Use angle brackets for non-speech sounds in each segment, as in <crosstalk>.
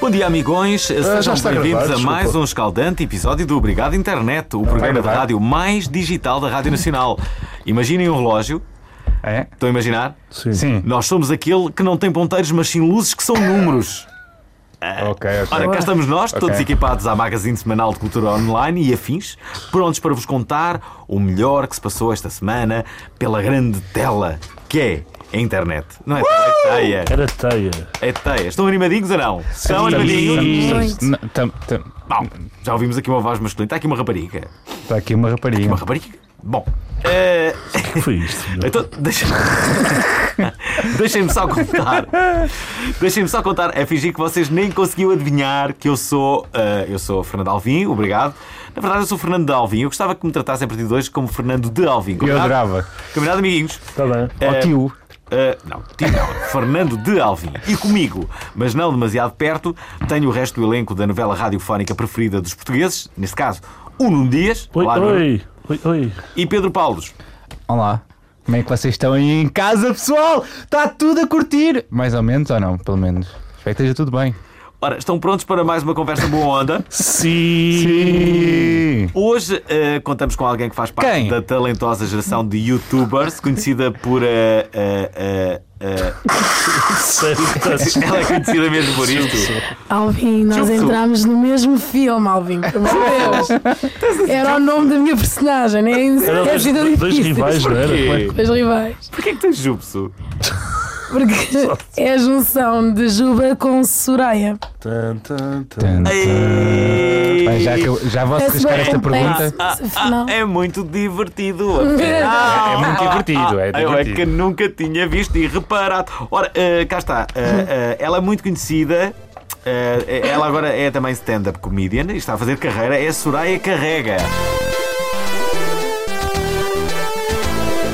Bom dia, amigões. já Sejam está a bem-vindos gravar, a desculpa. mais um escaldante episódio do Obrigado Internet, o programa de gravar? rádio mais digital da Rádio Nacional. Imaginem um relógio. É? Estão a imaginar? Sim. Sim. Nós somos aquele que não tem ponteiros, mas sim luzes que são números. Ok, Ah, ok. Ora, cá estamos nós, todos Ok. equipados à magazine semanal de cultura online e afins, prontos para vos contar o melhor que se passou esta semana pela grande tela, que é a internet. Não é? tela, É teia. Era teia. É teia. Estão animadinhos ou não? Estão Estamos- animadinhos? estamos- não, tá, tam- tam- Bom, já ouvimos aqui uma voz masculina. Está aqui uma rapariga. É Está tá aqui uma rapariga. Uma rapariga? Bom. <laughs> eh, O que É, foi isto? meu? Então, deixa... <laughs> deixem-me só contar. Deixem-me só contar. É fingir que vocês nem conseguiam adivinhar que eu sou. ah, eu sou Fernando Alvim, obrigado. Na verdade, eu sou Fernando de Alvim. Eu gostava que me tratassem a partir de hoje como Fernando de Alvim. Eu combinado? adorava. Combinado, amiguinhos? Tá Está bem. É. Ó tio. Ah, não, tio não. Fernando de Alvim. E comigo, mas não demasiado perto, tenho o resto do elenco da novela radiofónica preferida dos portugueses, neste caso, o Nuno Dias Oi, Olá, Nuno. oi, oi, oi. e Pedro Paulos. Olá. Como é que vocês estão aí em casa, pessoal? Está tudo a curtir? Mais ou menos ou não? Pelo menos. Espero que esteja tudo bem. Ora, estão prontos para mais uma conversa boa onda? Sim. Hoje eh, contamos com alguém que faz parte Quem? da talentosa geração de youtubers, conhecida por. eh, eh, eh, eh, Sim. ela é conhecida mesmo por isto. Alvin, nós Chuchu. entramos no mesmo filme, Alvin. <laughs> Por amor de Deus. Era o nome da minha personagem, nem Eram é dois, vida dois- dois difícil. rivais, né? não era? é Porquê? Dois rivais. Porquê que tens jupso? Porque é a junção de Juba com Soraya. Tan, tan, tan. Tan, tan. Ei. Bem, Ah, já, que eu- já vou arriscar esta pergunta. Ah, Afinal. <laughs> ah, é muito divertido. É- é muito divertido, é Eu é divertido. que nunca tinha visto e reparado. Ora, eh, cá está. Eh, eh, ela é muito conhecida. eh, ela agora é também stand-up comedian e está a fazer carreira. É Soraya Carrega.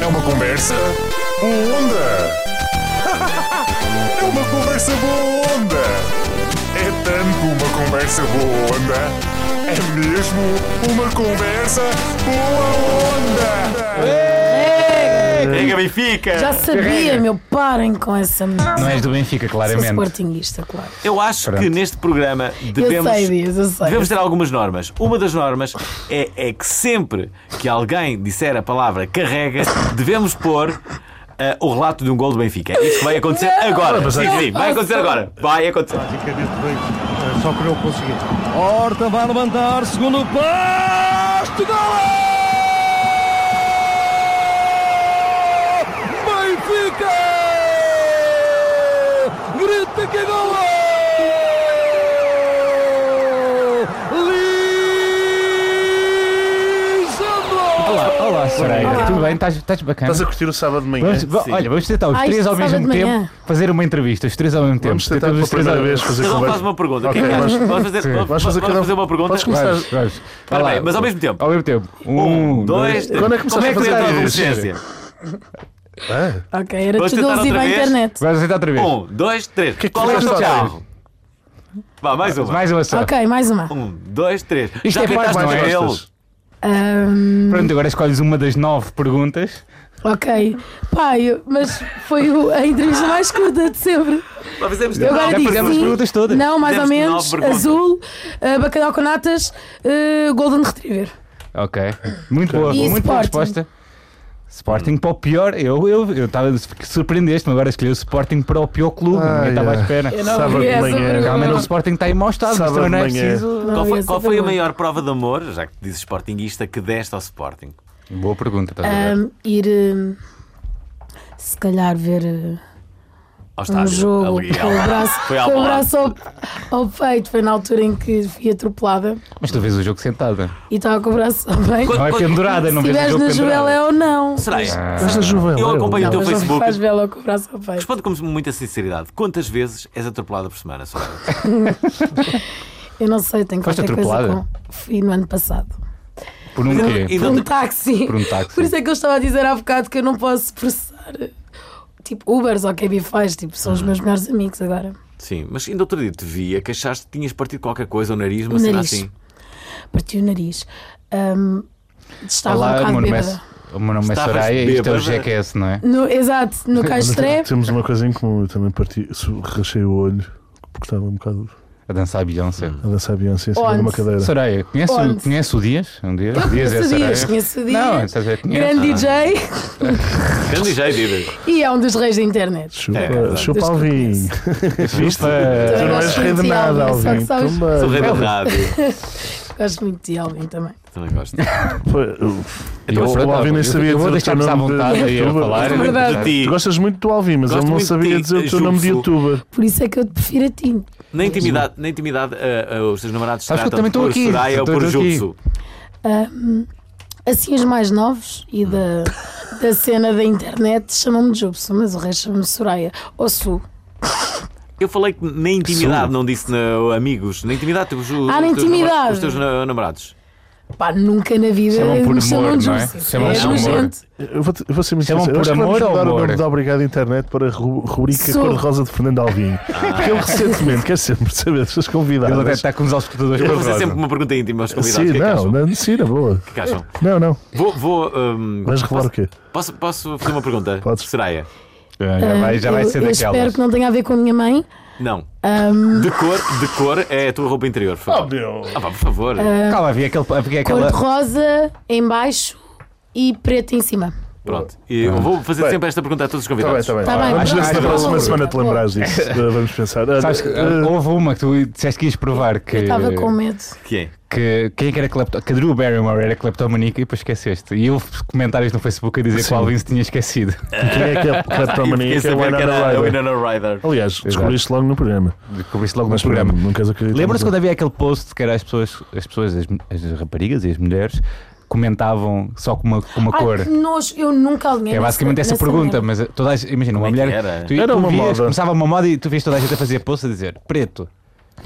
É uma conversa boa onda. <laughs> É uma conversa boa onda. É tanto uma conversa boa onda. É mesmo uma conversa boa onda. Carrega Benfica. Já sabia, meu, parem com essa Não és do Benfica, Sou claramente. sportinguista, claro. Eu acho Pronto. que neste programa Eu sei devemos, disso, eu sei. devemos ter algumas normas. Uma das normas é, é que sempre que alguém disser a palavra carrega, devemos pôr. ah, o relato de um gol do Benfica. É isso que vai acontecer agora. mas Sim, é- sim, vai acontecer agora. Vai acontecer. Só que não consegui. Horta vai levantar, segundo posto, gol! Benfica! Grita que é gol! Lisandro! Olá, olá, Soraya. Olá. Tudo bem? Estás- Estás bacana? Estás a curtir o sábado de manhã? Vamos, va- Sim. olha, vamos tentar os Ah, isto três ao sábado mesmo de manhã. tempo fazer uma entrevista, os três ao mesmo tempo. Vamos tentar Tentamos pela os três primeira ao- vez fazer Cada um conversa. faz uma pergunta. O que é que Ok, achas? vais- Vamos fazer, sim, vamos- vais fazer vamos cada um- fazer uma pergunta. Podes começar. Vamos, vamos. Vá Espera lá. bem, mas ao mesmo tempo. Ao mesmo tempo. Um, dois, três. Quando é que Como é começaste que a foi a fazer tua isso? adolescência? Ah, Ok, era Vamos tentar tudo eles e outra vai à vez? internet. Vais aceitar outra vez. Um, dois, três. que é que Qual é o fizeste teu ao carro? Vá, mais uma. Mais uma só. Ok, mais uma. Um, dois, três. Isto é parvo, gritaste não é? com ele? gostas? Ahm, Pronto, agora escolhes uma das nove perguntas. ok. Pai, mas foi o- a entrevista mais curta de sempre. Lá fizemos Eu nada. agora Já digo perdemos Ah, as sim, perguntas todas. Não, mais ou Demos menos. nove perguntas. Azul, eh, bacalhau com natas, eh, Golden Retriever. Ok. Muito boa, E muito boa Sporting? resposta. Sporting para o pior, eu eu eu estava surpreendeste-me agora escolheu o Sporting para o pior clube, Ah, ninguém estava à yeah. espera. Eu não Sábado vi de essa manhã. pergunta. Realmente o Sporting está em mau estado, mas Sábado também não é de manhã. preciso. Não é Qual vi foi, essa qual foi a pergunta. maior prova de amor, já que dizes Sportingista, que deste ao Sporting? Boa tá Ah, pergunta, estás a ver? Ahm, ir. eh, se calhar ver. eh, ao no estádio. jogo, ali, com o ao- braço, Foi com o ao braço ao, ao peito. Foi na altura em que fui atropelada Mas tu vês o jogo sentada. e estava com o braço ao peito. Não é Quando- pendurada, não Se vês o estiveres jogo na é pendurada. joelha ou não. Será isso? Mas a Juvel, Eu acompanho o teu Mas não Facebook. faz vela com o braço ao peito. Responde com muita sinceridade. Quantas vezes és atropelada por semana, Soraya? Eu não sei, tenho Foste qualquer coisa atropelada? com. Fui no ano passado. Por um quê? E Por não um te- táxi. Por um táxi. Por isso é que eu estava a dizer há bocado que eu não posso processar. Tipo, Ubers ou Cabify, tipo, são Uhum. os meus melhores amigos agora. Sim, mas ainda outro dia te via que achaste que tinhas partido qualquer coisa, o nariz, O uma cena nariz. assim. Parti o nariz. Ahm, estava um Olá, o bocado meu nome é, bêbada. o meu nome é Estavas Soraya e isto é o bêbada. GQS, não é? No, exato, <laughs> no é, Caixotré. Temos uma coisa em comum. Eu também parti, su- rachei o olho porque estava um bocado A dançar a Beyoncé. a dançar Beyoncé em cima de uma Onde? cadeira. Soraya, conhece, o, Onde? conhece o Dias? Um dia? O Dias é Conheço o Dias, Soraya. conheço o Não, é? Dias. estás a ver, conhece. Grande DJ Grande jeito, Dida. <laughs> e é um dos reis da internet. Chupa, É, verdade. chupa Desde que Alvin. Viste? Tu não és gosto rei muito de de nada, Alvin, só Alvin. que sabes- Tumba. Sou rei da rádio. Gosto muito de Alvin também. Também gosto. É Foi- eu- Então, eu- pronto, O Alvin eu- nem sabia eu vou dizer o teu deixar-vos à nome de- vontade aí a youtuber. falar. Tu É Verdade. De ti. Gostas muito do Alvin, mas Gosto ele não muito de sabia ti, dizer o teu Júlio nome de Sul. youtuber. Por isso é que eu te prefiro a ti. Na intimidade, na intimidade ah, ah, os teus namorados Sabes que eu tratam também estou por aqui. Soraya ou Estou- por estou aqui. Jutsu. Ahm, assim, os mais novos <laughs> e da, da cena da internet chamam-me Jubson, mas o resto chama-me Soraya. Ou Su. Eu falei que na intimidade, não disse na, amigos. Na intimidade, os, os, Ah, na os teus intimidade. namora- os teus na- namorados. Pá, nunca na vida Chamam por me chamam amor, de não é? Jubson. Isso Chamam é por amor. nojento. Eu vou, te- eu vou ser muito sincero. Chamam é por Eu acho que vamos amor ou mudar o amor? nome da Obrigado Internet para a ru- rubrica Sou. Cor-de-Rosa de Fernando <laughs> Alvim. Porque ele recentemente, quer sempre saber, as pessoas Ah. Ele até convidadas. está com os auscultadores Eu para vou fazer trás. é sempre uma pergunta íntima aos convidados. Sim, o que é que não, acham? não, sim, na boa. O que é que acham? Não, não. Tá Vou. vou ahm, Vais revelar o quê? posso, posso fazer uma pergunta? Podes. Soraya? Ah, Já vai, já vai eu, ser É, eu espero daquelas. que não tenha a ver com a minha mãe. Não. Ahm, De cor, de cor é a tua roupa interior. por favor. meu. Ah, pá, por favor. Calma, havia, aquele, havia cor aquela. de rosa em baixo e preto em cima. Pronto. E eu vou fazer Ah. Bem. sempre esta pergunta a todos os Está bem, convidados. está bem. Tá bem, Vamos ver pronto. se na Tá próxima bom. semana te lembrares disso. Uh, Vamos pensar. Olha, Sabes que, ah, uh, houve uma que tu disseste que ias provar que. Eu estava com medo. Que é? que quem é que era clepto... que a Drew Barrymore era cleptomaníaca e depois esqueceste. E houve comentários no Facebook a dizer que o Alvin se tinha esquecido. Quem é que <laughs> é E fiquei cleptomania? Que é a saber o que Winona era a Ryder. Winona Ryder. Aliás, descobriste logo no programa. Descobriste logo no Mas programa. pronto, Nunca acreditado. Lembra-se quando havia aquele post que era as pessoas, as, pessoas as, as raparigas e as mulheres comentavam só com uma, com uma Ai, cor? que nojo, eu nunca alinhei. É basicamente essa pergunta, mas eh, toda a, gente- imagina, uma Como é que mulher. era? Tu, Era tu uma vias, moda. Começava uma moda e tu vias toda a gente a fazer post a dizer preto,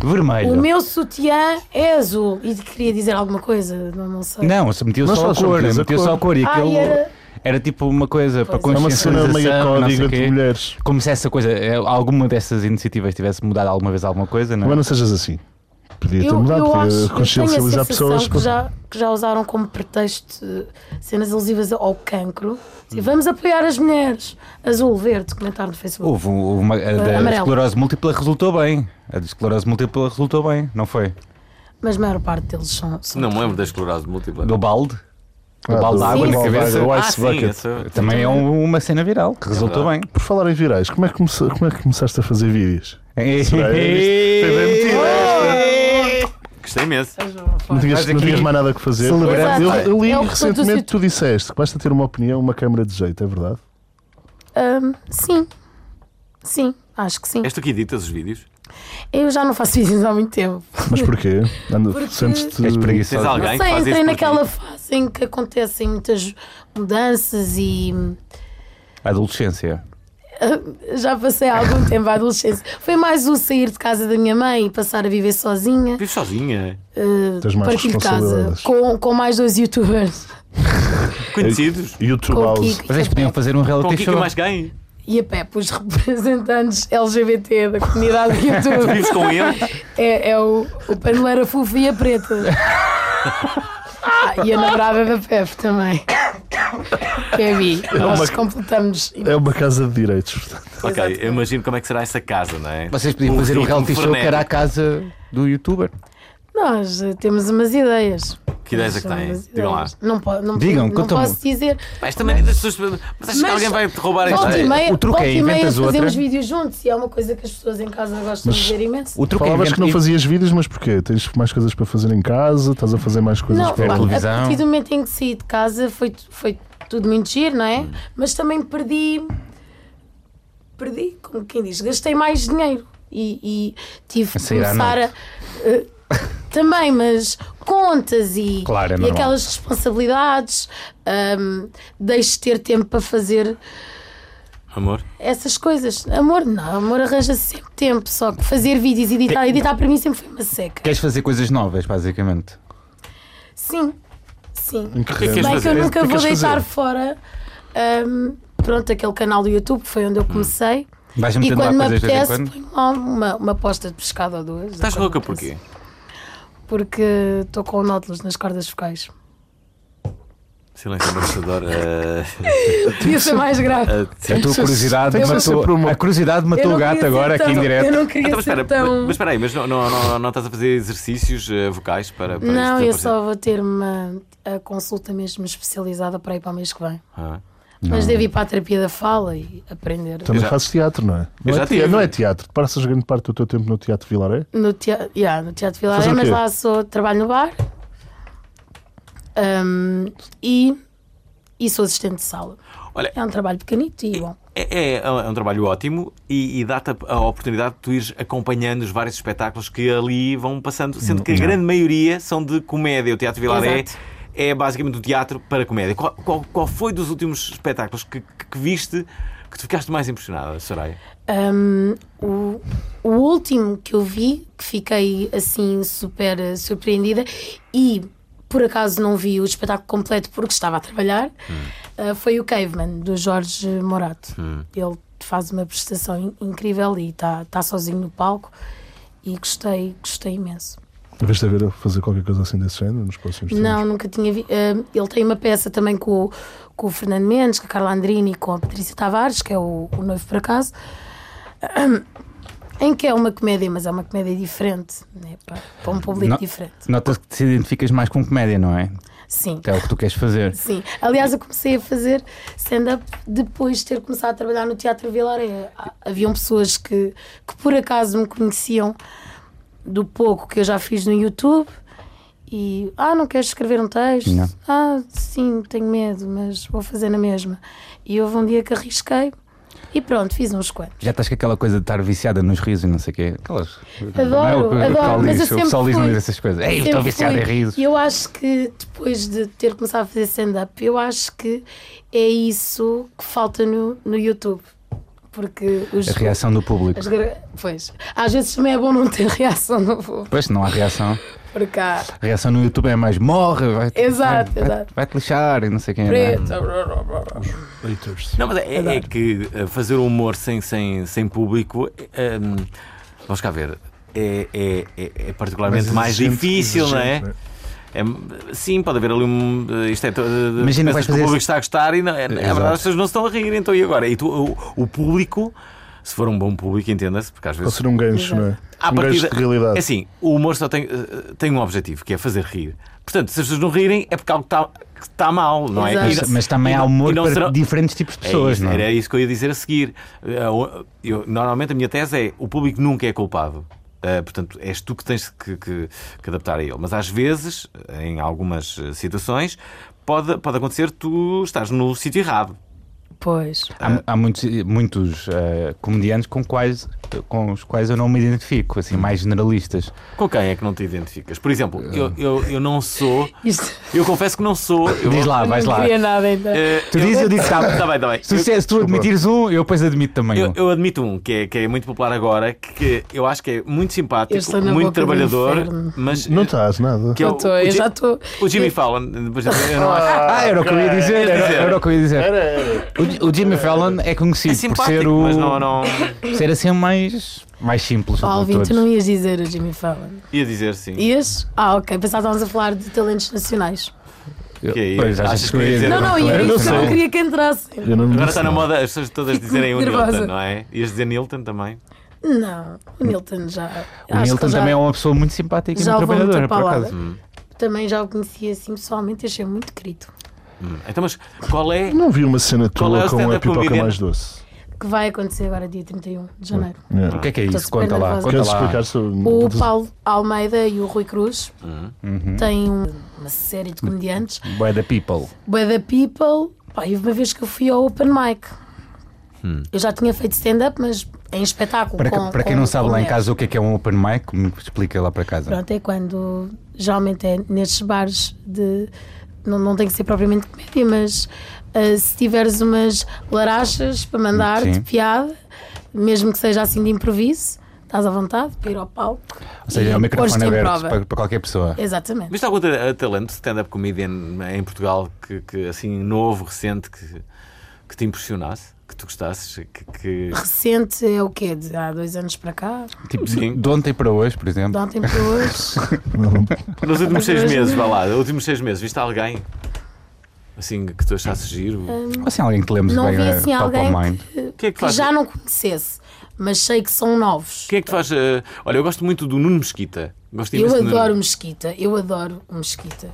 vermelho. O meu sutiã é azul. E queria dizer alguma coisa, não, não sei. Não, é se metiu Não só a só só cor, metias a metiu cor. só a cor e Ah, aquilo e era- era tipo uma coisa para Pois. É uma cena consciencialização, meio não sei código quê. de mulheres. Como se essa coisa, eh, alguma dessas iniciativas tivesse mudado alguma vez alguma coisa, não Agora é? não sejas assim. Podia ter Eu, mudado, eu acho podia eu tenho a consciencializar sensação pessoas. que já, que já usaram como pretexto eh, cenas alusivas ao cancro. Assim, Vamos apoiar as mulheres. Azul, verde, comentar no Facebook. Houve, um- houve uma, a da Eh, amarelo. esclerose múltipla resultou bem. A de esclerose múltipla resultou bem, não foi? Mas a maior parte deles são. são Não me lembro da esclerose múltipla. Do balde? Do balde de Ah, do- água sim, na sim. cabeça? O Ah, Ice sim, Bucket. essa- Também é um- uma cena viral que resultou bem. Por falar em virais, como é que, comece- como é que começaste a fazer vídeos? é Gostei imenso. Não tinhas, Mas não aqui- tinhas mais nada que fazer. Celebrando- Eu, eu li É o que recentemente todos- que tu disseste que basta ter uma opinião, uma câmara de jeito, é verdade? Ahm, sim. Sim, acho que sim. És tu que editas os vídeos? Eu já não faço vídeos há muito tempo. Mas porquê? Ando, Sentes-te. És É preguiçoso. Tens alguém que Não sei, faz entrei isso por ti? naquela fase em que acontecem muitas mudanças e Adolescência. ah, já passei há algum tempo a adolescência. Foi mais o sair de casa da minha mãe e passar a viver sozinha. Vives sozinha. Uh, Tens mais partir de casa responsabilidades. com, com mais dois youtubers Conhecidos. YouTube com o House. Kiko Mas é eles podiam fazer um Com o reality que show. mais quem? e a Pepe, os representantes LGBT da comunidade <laughs> Tu do YouTube. <laughs> vives com eles? É, é o, o paneleira fofo e a preta. Ah, e a namorada da Pepe também. Que é a Bi. Nós completamos. É uma casa de direitos, portanto. Ok, eu imagino como é que será essa casa, não é? Vocês podiam Um fazer um ritmo reality show que frenético. era a casa do youtuber. Nós eh, temos umas ideias. Que ideias é que Nós têm? temos Digam lá. ideias. Não, po- não, Digam, não contam-me. posso dizer. Mas também das pessoas. Mas achas que Mas- alguém vai te roubar a Volta e ideia? meia, O truque é volta e meia inventas outra. fazemos vídeos juntos e é uma coisa que as pessoas em casa gostam de ver imenso. O truque é Falavas que não inventar- fazias vídeos, mas porquê? Tens mais coisas para fazer em casa? Estás a fazer mais coisas Não, para pá, televisão. a partir do momento em que saí de Hum. casa foi, tu- foi tudo muito giro, não é? Mas também perdi perdi, como quem diz, gastei mais dinheiro e, e tive que A sair à começar a. noite. eh, também, mas contas e, Claro, é e normal. aquelas responsabilidades, ahm, deixo de ter tempo para fazer Amor? essas coisas. Amor, não, amor arranja sempre tempo, só que fazer vídeos e editar, editar para mim sempre foi uma seca. Queres fazer coisas novas, basicamente? Sim, sim. Em que que é que ramo? Bem fazer? que eu nunca O que é que vou queres deitar fazer? fora. ahm, pronto, aquele canal do YouTube foi onde eu comecei. Vais E metendo lá quando me coisas de vez em apetece, quando? ponho lá uma, uma posta de pescado ou duas. Estás Quando me louca apetece. porquê? Porque estou com o Nautilus nas cordas vocais. Silêncio amortecedor. eh, Podia ser mais grave. eh, A tua curiosidade tem que ser sempre matou, uma- a curiosidade Eu matou não o gato queria ser agora aqui em tão- Eu direto. não queria Então, mas espera, ser tão... mas espera aí, mas não, não, não, não estás a fazer exercícios eh, vocais para, para não, eu isto desaparecer? só vou ter uma a consulta mesmo especializada para ir para o mês que vem. Ah. Mas devo ir para a terapia da fala e aprender. Também já- fazes teatro, não é? Não, já é te- tive. não é teatro. Passas grande parte do teu tempo no Teatro Vilaré? No, tea yeah, no Teatro Vilar, Fazer o mas quê? lá sou, trabalho no bar Ahm, e, e sou assistente de sala. Olha- É um trabalho pequenito e bom. É, é- é um trabalho ótimo e, e dá-te a, a oportunidade de tu ires acompanhando os vários espetáculos que ali vão passando, sendo que a grande maioria são de comédia. O Teatro Vilar é, Exato. é basicamente o teatro para comédia. Qual, qual- qual foi dos últimos espetáculos que, que- que viste que tu ficaste mais impressionada, Soraya? Ahm, o, o último que eu vi, que fiquei assim super eh, surpreendida e por acaso não vi o espetáculo completo porque estava a trabalhar, Hum. ah, foi o Caveman, do Jorge Morato. Hum. Ele faz uma prestação in- incrível e está tá sozinho no palco e gostei, gostei imenso. Veste a ver a fazer qualquer coisa assim desse género nos próximos tempos? Não, nunca tinha visto. ele tem uma peça também com, o- com o Fernando Mendes, com a Carla Andrini e com a Patrícia Tavares, que é o, o noivo por acaso, em que é uma comédia, mas é uma comédia diferente, né, para, para um público Não- diferente. Notas que te identificas mais com comédia, não é? Sim. Que é o que tu queres fazer. Sim, aliás, eu comecei a fazer stand-up depois de ter começado a trabalhar no Teatro Vilaré. Há- Haviam pessoas que, que por acaso me conheciam do pouco que eu já fiz no YouTube e, ah, não queres escrever um texto? Não. Ah, sim, tenho medo, mas vou fazer na mesma. E houve um dia que arrisquei e pronto, fiz uns quantos. Já estás com aquela coisa de estar viciada nos risos e não sei o quê. Aquelas. Adoro, não é o que o adoro, pessoal mas eu diz, o sempre pessoal diz não fui. diz essas coisas. Ei, eu estou Sempre viciado em fui. risos. E Eu acho que depois de ter começado a fazer stand-up, eu acho que é isso que falta no, no YouTube. Porque os. A reação do público. as gra- Pois. Às vezes também é bom não ter <laughs> reação no povo. Pois, não há reação. Por cá. A reação no YouTube é mais morre, vai Exato, vai, exato. Vai, te lixar e não sei quem é. Preto. Haters. Não, mas é, é que eh, fazer humor sem, sem, sem público, eh, hum, vamos cá ver, é, é- é- é particularmente mais exigente- difícil, não é? exigente, né? É- sim, pode haver ali um. Isto é. to- Imagina, pensas vais que o fazer- público está a gostar e não, é, é verdade, Exato. as pessoas não se estão a rir, então e agora? E tu, o, o público, se for um bom público, entenda-se, porque às Pode vezes. ser um gancho, não é? À um gancho partida- de realidade. É assim, o humor só tem, eh, tem um objetivo, que é fazer rir. Portanto, se as pessoas não rirem, é porque algo está está mal, não é? Exato. E Mas, não- mas também e há não- humor e não para serão- diferentes tipos de pessoas, é isso, não é? Era isso que eu ia dizer a seguir. Eh, o- eu- normalmente a minha tese é o público nunca é culpado. Eh, portanto, és tu que tens que, que- que adaptar a ele. Mas às vezes, em algumas eh, situações, pode, pode acontecer tu estás no sítio errado. Pois. Há, há muitos, muitos eh, comediantes com, quais, com os quais eu não me identifico, Hum. assim, mais generalistas. Com quem é que não te identificas? Por exemplo, Eh. eu, eu, eu não sou. Isto. Eu confesso que não sou. Eu, Diz lá, Ah, vais não lá. queria nada então. eh, Tu dizes, eu digo, tá. Tá bem, tá bem. Se, tu- se tu admitires um, eu depois admito também Eu, um. eu admito um que é, que é muito popular agora, que eu acho que é muito Eu simpático, estou na muito boca do trabalhador, inferno. mas Não estás nada. que é Eu o- tô- o eu Ji- já estou. O Jimmy Fallon, por exemplo, eu não acho. Ah, era o que eu ia dizer, era, dizer. era o que eu ia dizer. O, o Jimmy Fallon é É conhecido por ser simpático, o mas não, não. por ser assim o mais mais simples. de Alvin, todos. tu não ias dizer o Jimmy Fallon. Ia dizer sim. Ias? Ah, ok. Pensava que estávamos a falar de talentos nacionais. Eu- Que é isso? pois, Achas achas que que eu ia ia dizer- dizer? Não, não, e eu era não isso que eu sei. não queria que entrassem. Eu não me Agora disse está na nada. moda as pessoas todas Fico dizerem o Nilton, nervosa. não é? Ias dizer Nilton também. Não, o Nilton já. O Milton também é uma pessoa muito simpática e já muito levou trabalhadora, muita por paulada. acaso. Também já o conheci assim pessoalmente, achei muito querido. Hum. Então, mas qual é. Não vi uma cena Qual é o tua com a stand-up pipoca comedian? mais doce. Que vai acontecer agora, dia 31 de janeiro. É. O que é que é Estou isso? super Conta lá, nervosa. conta Queres lá. explicar sobre. O Paulo Almeida e o Rui Cruz Uhum. têm um- uma série de comediantes. By the people. Bué da People. Pá, e uma vez que eu fui ao Open Mic. Eu já tinha feito stand-up, mas em espetáculo. Para, que- com- para quem com- não sabe com lá em mulheres. casa o que é que é um open mic, me explica lá para casa. Pronto, é quando geralmente é nestes bares de. Não, não tem que ser propriamente comédia, mas ah, se tiveres umas larachas para mandar de Sim. piada, mesmo que seja assim de improviso, estás à vontade para ir ao palco. Ou seja, é e um microfone pôres-te em aberto prova. para, para qualquer pessoa. Exatamente. Viste algum ta- talento de stand-up comedian em Portugal que, que, assim, novo, recente, que, que te impressionasse? Que tu gostasses? Que, que- Recente é o quê? De há dois anos para cá? Tipo, Sim. de ontem para hoje, por De exemplo. <laughs> ontem para É hoje? Nos <laughs> últimos seis Mas- meses, vá lá, nos últimos seis meses, viste alguém assim que tu achasses giro? Ou assim, alguém que lemos Não bem vi eh, assim top alguém of mind. que, Quem é que que faz? Hum, já não conhecesse, mas sei que são novos. Quem é que tu faz? eh, Olha, eu gosto muito do Nuno Mesquita. Gosto Eu imenso do Nuno. adoro o Mesquita, eu adoro o Mesquita.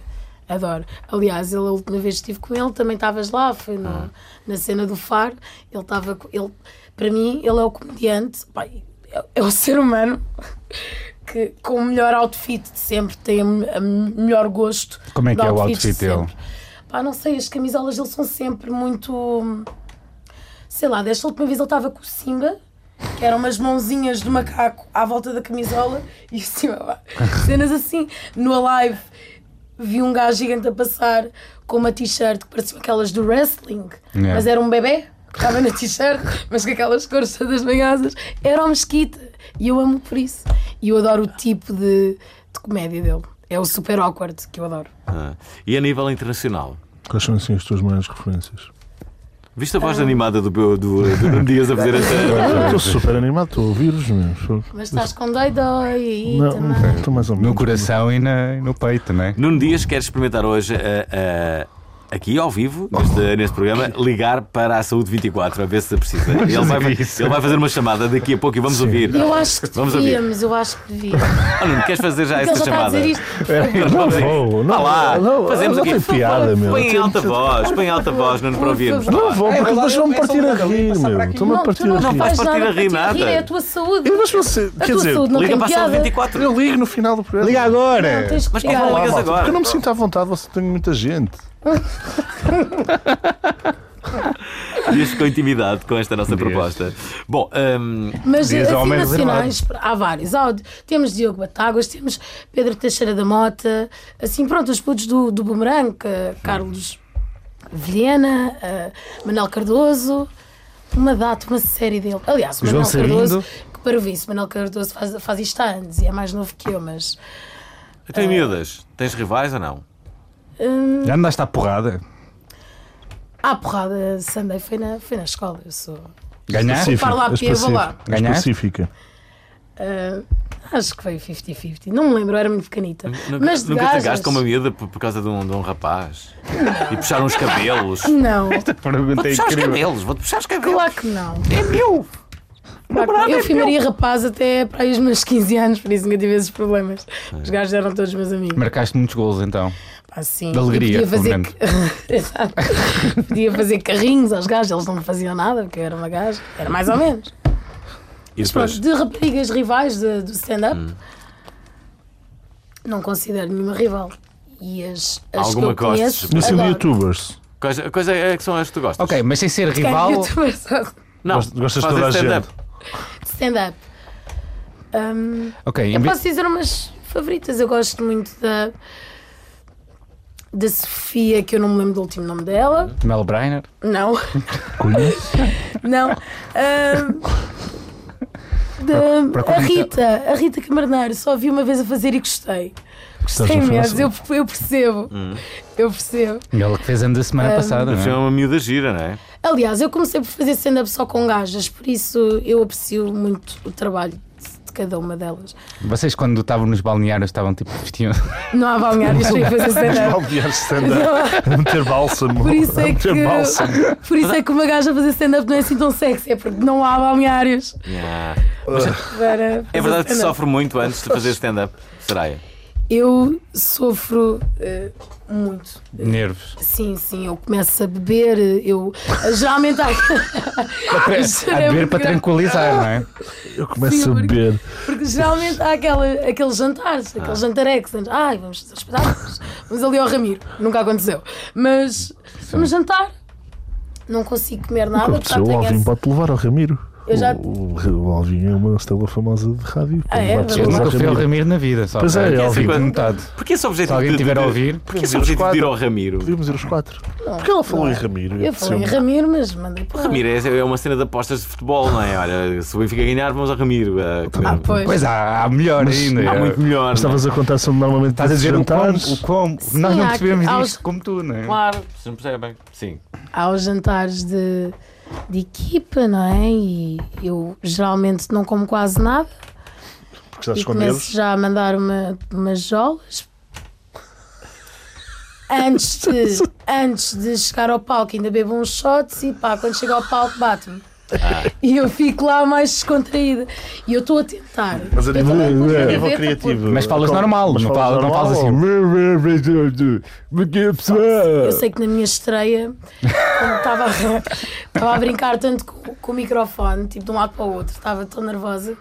Adoro. Aliás, ele, a última vez que estive com ele, também estavas lá, foi no- Ah. na cena do Faro. Ele estava. co- Ele, para mim, ele é o comediante, pá, é, é o <laughs> ser humano que, com o melhor outfit de sempre, tem o melhor gosto. Como é de que é o outfits de outfit dele? sempre. Pá, não sei, as camisolas dele são sempre muito. hum, Sei lá, desta última vez ele estava com o Simba, que eram umas mãozinhas do macaco à volta da camisola <laughs> e o Simba. lá. Cenas assim. No Alive vi um gajo gigante a passar com uma t-shirt que parecia aquelas do wrestling, Yeah. mas era um bebê que estava na t-shirt, mas com aquelas cores todas manhosas. Era o Mesquita e eu amo por isso. E eu adoro o tipo de, de comédia dele. É o super awkward que eu adoro. Ah, E a nível internacional? Quais são assim as tuas maiores <laughs> referências? Viste a voz animada do, do, do, do Nuno Dias a fazer esta. Estou super animado, estou a ouvir-vos mesmo. Mas estás com dói-dói aí também. Não, estou mais ou menos. No <laughs> coração e, na- e no peito, não é? Nuno Dias quer experimentar hoje, eh, eh, aqui ao vivo, neste, neste programa, ligar para a Saúde 24, a ver se precisa. Ele vai, ele vai fazer uma chamada daqui a pouco e vamos ouvir. Eu acho que Vamos ouvir. devíamos, eu acho que devíamos. Ah, Nuno, queres fazer já Porque essa ele já está a chamada? dizer isto. É, Não vou, não é Vá lá, não, fazemos não aqui. tem piada, meu. Põe em alta voz, põe em alta voz, Nuno, para ouvirmos. Não vou, porque É, eles vão-me é só partir a mandar ali, rir, passar para meu. aqui. Estão-me a Não, tu partir a não, rir. faz Vais nada partir a rir para ti, nada. É a tua saúde. Eu, mas você, A quer tua dizer, saúde não Liga tem para a Saúde piada. 24. eu ligo no final do programa. Liga Não agora! tens que Mas porquê não ligar. ligas Porque eu agora? não me sinto à vontade, você tem muita gente. Dias ficou intimidado com esta nossa proposta. Bom, hum, Mas Dias assim, homens nacionais, há vários. Há o- temos Diogo Batáguas, temos Pedro Teixeira da Mota, assim, pronto, os putos do, do Boomerang, eh, Carlos Vilhena, eh, Manuel Cardoso, uma data, uma série dele. Aliás, o João Manuel Sabino. Cardoso, que para o vice, Manuel Cardoso faz, faz isto há anos e é mais novo que eu, mas. até então, miúdas, tens rivais ou não? hum, Já andaste à porrada? à porrada, Sunday foi na, foi na escola, eu sou. Ganhaste? Fala lá, É Pia, vou lá. específica. Ganhaste? Específica. Ah, acho que foi 50-50. Não me lembro, era muito pequenita. Nunca, Mas de nunca te gajas. gasto com uma miúda por, por causa de um, de um rapaz e puxaram os cabelos. Não, <laughs> Pergunta Puxar os incrível. cabelos, vou-te puxar os cabelos. claro que não. É meu! Claro que não. é Eu filmaria rapaz até para aí os meus 15 anos, por isso nunca tive esses problemas. É. Os gajos eram todos meus amigos. Marcaste muitos golos então. Pá, sim. De alegria, E podia fazer, pelo ca- <laughs> Exato. podia fazer carrinhos aos gajos, eles não me faziam nada, porque eu era uma gaja. Era mais ou menos. E Mas pronto, depois, Hum. de raparigas rivais de- do stand-up, não considero nenhuma rival. E as, as Alguma que eu gostes? conheço, No sentido de adoro. youtubers. quais, quais é que são as que tu gostas? Ok, mas sem ser Quem rival. <laughs> youtuber sabe? Não, Gostas- gostas de fazem toda a stand-up. Stand-up. Hum, Ok, em eu vez- posso dizer umas favoritas. Eu gosto muito da. da Sofia, que eu não me lembro do último nome dela. Mel Brainer. Não. <laughs> não. Hum, da- a procura então. Rita, a Rita Camarneiro, só a vi uma vez a fazer e gostei. Estás a Gostei falar mesmo, eu, sobre- eu percebo. Hum. Eu percebo. Ele que fez ano da semana Ah, passada, Deve ser não é? uma miúda gira, não é? Aliás, eu comecei por fazer stand-up só com gajas, por isso eu aprecio muito o trabalho de de cada uma delas. Vocês quando estavam nos balneários estavam tipo vestiam. Não há balneários para <laughs> ir fazer stand-up. Baldear stand-up. A meter bálsamo. Por isso A um é que, meter bálsamo. <laughs> por isso é que uma gaja a fazer stand-up não é assim tão sexy, é porque não há balneários Yeah. para. É fazer verdade que stand-up. sofre muito antes de fazer stand-up, Soraya. Eu sofro eh, muito. <laughs> Nervos. Sim, sim, eu começo a beber, eh, eu geralmente há. <laughs> A Será beber muito para grave. tranquilizar, não é? Eu começo Sim, a porque- beber. Porque geralmente há aquela, aqueles jantares, Ah. aqueles jantarex. antes, Ai, vamos fazer espetáculos. Vamos ali ao Ramiro. Nunca aconteceu. Mas vamos jantar. não consigo comer nada. Aconteceu, o portanto, tenho Alvin esse- pode levar ao Ramiro. Eu já- O, o- o Alvin é uma estrela famosa de rádio. Ah, é? Vai pessoas Eu Mas nunca ao fui ao Ramiro. Ramiro na vida, só assim Pois é, para- é fico óbvio. notado. Porquê esse objetivo Se alguém de- estiver de- a ouvir, Porquê esse objetivo de ir ao Ramiro? Podíamos ir os quatro. Porque ela falou em Ramiro. Eu falei em Ramiro, mas mandei para Ramiro é, é uma cena de apostas de futebol, não é? Olha, se o Benfica ganhar, vamos ao Ramiro. Ah, que- Ah, pois. pois há, há melhor ainda. Há muito melhor. não é? Estavas a contar sobre normalmente Estás a dizer o como, jantares. o como. Sim, Nós não há- percebemos há disto os- como tu, não é? Claro, vocês não percebem. Sim. Há os jantares de, de equipa, não é? E eu geralmente não como quase nada. Porque estás E com medo. começo já a mandar uma, umas jolas. Antes <laughs> de, antes de chegar ao palco, ainda bebo uns shots e pá, quando chego ao palco, bato-me. E eu fico lá mais descontraída. E eu estou a tentar. Mas a é Eu nível, também não consigo a ver, nível porque- criativo. Mas falas normal, não fala- não falas assim. Eu sei que na minha estreia, como estava estava a brincar tanto com, com o microfone, tipo de um lado para o outro, estava tão nervosa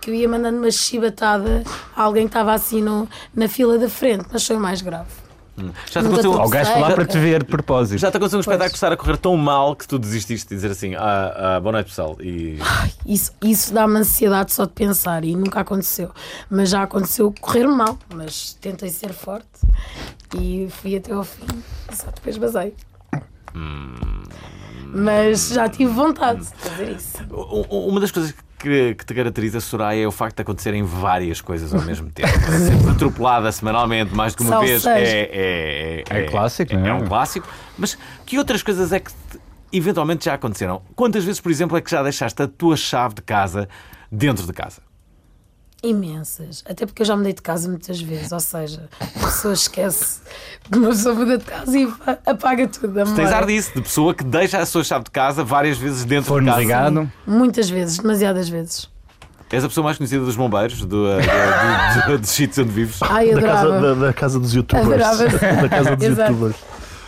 que eu ia mandando uma chibatada a alguém que estava assim no, na fila da frente, mas foi o mais grave. Já te Nunca aconteceu, te Ou o gajo foi lá sei. para te ver de propósito. já te aconteceu um espetáculo estar a correr tão mal que tu desististe de dizer assim: ah, ah, boa noite pessoal. E Isso, isso dá-me ansiedade só de pensar e nunca aconteceu. Mas já aconteceu correr mal, mas tentei ser forte e fui até ao fim, só depois basei. Mas já tive vontade de fazer isso. u- u- uma das coisas que, que te caracteriza, Soraya, é o facto de acontecerem várias coisas ao mesmo tempo. Sempre atropelada semanalmente, mais do que uma Só vez. seja. É, é, É clássico, não é? É um clássico. Mas que outras coisas é que te- eventualmente já aconteceram? Quantas vezes, por exemplo, é que já deixaste a tua chave de casa dentro de casa? Imensas. Até porque eu já mudei de casa muitas vezes, ou seja, a pessoa esquece que uma pessoa muda de casa e fa- apaga tudo. a Tens memória. ar disso, de pessoa que deixa a sua chave de casa várias vezes dentro de Forno casa. ligado. Muitas vezes, demasiadas vezes. És a pessoa mais conhecida dos bombeiros, do, uh, do- do- dos sítios onde vives. Ai, Da casa, adorava. da, da casa dos youtubers. <laughs> Adorava. da casa dos <laughs> Exato. youtubers.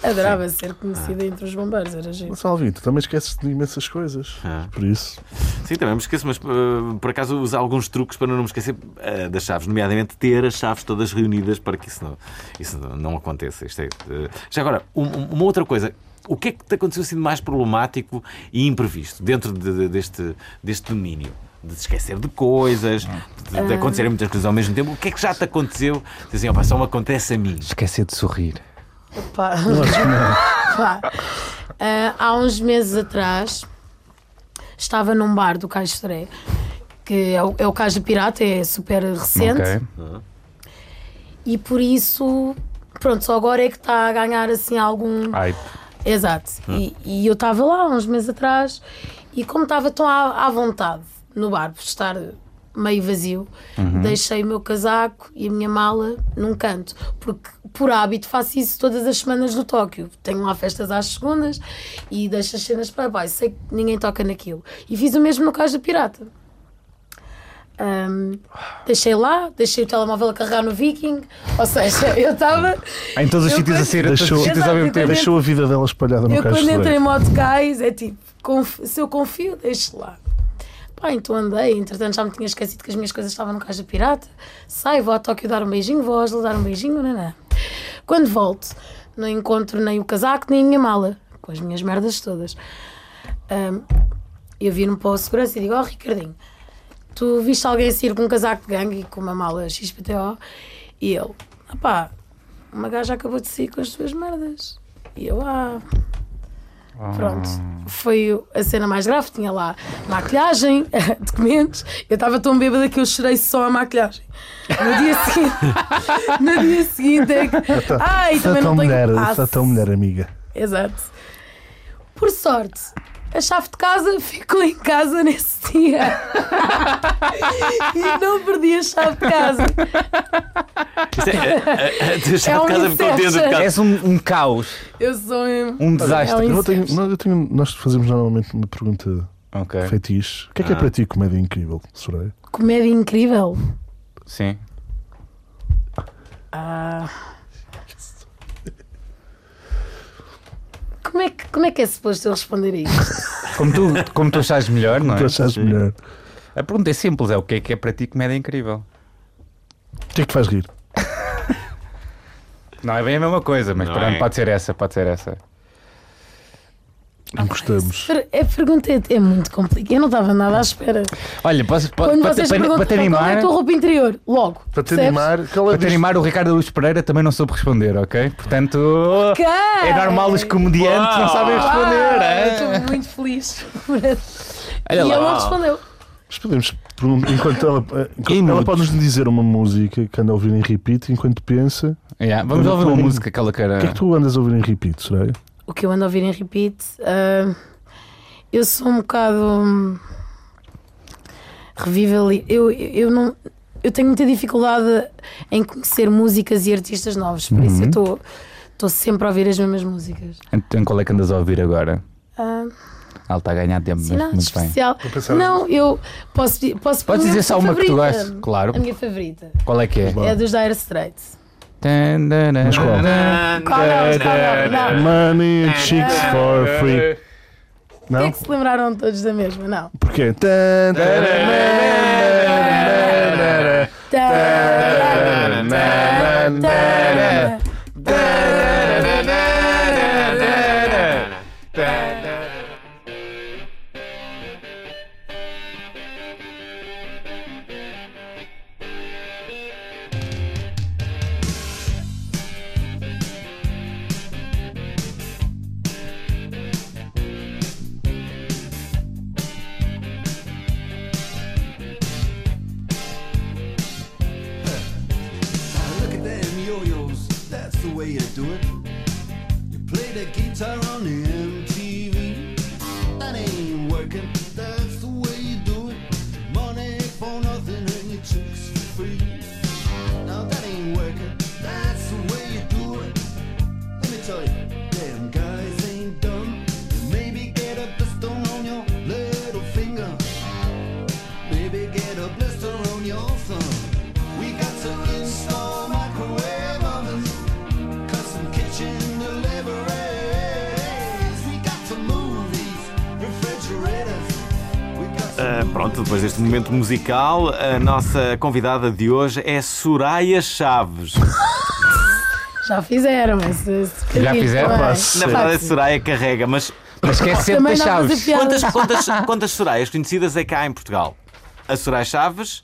Adorava ser conhecida entre os bombeiros, era gente. Mas Alvin, tu também esqueces de imensas coisas. É. Ah. Por isso. <laughs> Sim, também me esqueço, mas uh, por acaso uso alguns truques para não me esquecer uh, das chaves, nomeadamente ter as chaves todas reunidas para que isso não, isso não- não aconteça. Isto é, uh, Já agora, um- um- uma outra coisa. O que é que te aconteceu assim de mais problemático e imprevisto dentro de- de- deste, deste domínio? De se esquecer de coisas, de, de acontecerem muitas coisas ao mesmo tempo. O que é que já te aconteceu? Diz assim, opa, só me acontece a mim. Esquecer de sorrir. Pá. <laughs> Pá. Ah, há uns meses atrás estava num bar do Cais Toré, que é o, é o Cais do Pirata, é super recente. Ok. E por isso, pronto, só agora é que está a ganhar assim Ah, algum. Ai, Exato. E, e eu estava lá uns meses atrás e como estava tão à, à vontade no bar por estar meio vazio, deixei o meu casaco e a minha mala num canto. Porque por hábito faço isso todas as semanas no Tóquio. Tenho lá festas às segundas e deixo as cenas para baixo. Sei que ninguém toca naquilo. E fiz o mesmo no caso da pirata. Ahm, deixei lá, deixei o telemóvel a carregar no Viking, ou seja, <laughs> eu estava em todos os Eu sítios a penso- ser, a um todos os Deixou- sítios ao mesmo Exato, eu tempo. também- Deixou a vida dela espalhada no eu caixa quando de entro em leite. motocais é tipo, conf- se eu confio, deixo lá. Pá, então andei, entretanto já me tinha esquecido que as minhas coisas estavam no caixa pirata. Saio, vou a Tóquio dar um beijinho, vou a Oslo dar um beijinho, nanã. Quando volto, não encontro nem o casaco nem a minha mala, com as minhas merdas todas. Ahm, eu viro-me para o segurança e digo, ó Ricardinho, tu viste alguém sair com um casaco de gangue e com uma mala XPTO? E ele, ah pá, uma gaja acabou de sair com as suas merdas. E eu, ah, Pronto, Ah. foi a cena mais grave. Tinha lá maquilhagem, <laughs> documentos. Eu estava tão bêbada que eu chorei só a maquilhagem. No dia seguinte, <laughs> no dia seguinte é que. Ai, Está também tão não tenho mulher, passe. está tão mulher, amiga. Exato. Por sorte, a chave de casa <laughs> ficou em casa nesse dia. <laughs> e não perdi a chave de casa. Isto é, <laughs> a, a, a tua chave um de casa ficou dentro de inception. casa. És um, um caos, Eu sou um. um É desastre. um Eu tenho, Percebes? nós- eu tenho- nós fazemos normalmente uma pergunta um Ok. feitiço. O que é que é Ah. para ti comédia incrível, Soraya? Comédia incrível. Sim. Ah. Como é, que, como é que é suposto eu responder a isto? Como tu, como tu achas melhor, não é? Tu achas melhor? A pergunta é simples: é o que é que é para ti comédia incrível? O que é que faz rir? Não é bem a mesma coisa, mas Não pronto, é? pode ser essa, pode ser essa. Ah, Encostamos. Per- A pergunta é, é muito complicada. Eu não estava nada à espera. Olha, posso, po- Quando para, vocês te- para- para perguntam te qual é animar, a tua roupa interior, logo. Para te percebes? animar, é cala para te animar, o Ricardo Luz Pereira também não soube responder, ok? Portanto, Ok. é normal os comediantes não sabem responder. Ah, é? eu Estou muito feliz. por esse. Olha e lá. ele não respondeu. Mas podemos, perguntar- enquanto ela, eh, enquanto ela Minutos. pode nos dizer uma música que anda a ouvir em repeat, enquanto pensa, Yeah, vamos Vamos ouvir uma ouvir. música que ela queira. o que é que tu andas a ouvir em repeat, Soraya? O que eu ando a ouvir em repeat, ah, eu sou um bocado. hum, Revive ali. Eu, eu não. Eu tenho muita dificuldade em conhecer músicas e artistas novos, por Uhum. isso eu estou. Estou sempre a ouvir as mesmas músicas. Então, qual é que andas a ouvir agora? Ah, Ela está a ganhar tempo, mas Sinal de muito bem. especial. pensar- Não, eu posso, Podes posso pôr a dizer minha só uma que tu favorita. gostes, claro. A minha favorita Qual é que é? é dos Dire Straits. Mas qual? Ah, Qual não? Qual não? Não. Money É. and chicks for free. Por Não? que se lembraram todos da mesma? Não. Porquê? É. Look at them yo-yos, that's the way you do it. You play the guitar on the MTV. That ain't working, that's the way you do it. Money for nothing and your chicks for free. Now that ain't working, that's the way you do it. Let me tell you, them guys ain't dumb. Maybe get a blister on your little finger. Baby, get a blister on your thumb. We got to install microwave ovens, custom kitchen deliveries. We got to move these refrigerators. We got to Ah, pronto, depois deste momento musical, a nossa convidada de hoje é Soraya Chaves. Já fizeram, mas. se- se- Já fizeram? Bem, Pá, Na sei. verdade, a Soraya carrega, mas esquece sempre Também das não vou chaves. fazer piadas. quantas, quantas, quantas Sorayas conhecidas é que há em Portugal? A Soraya Chaves.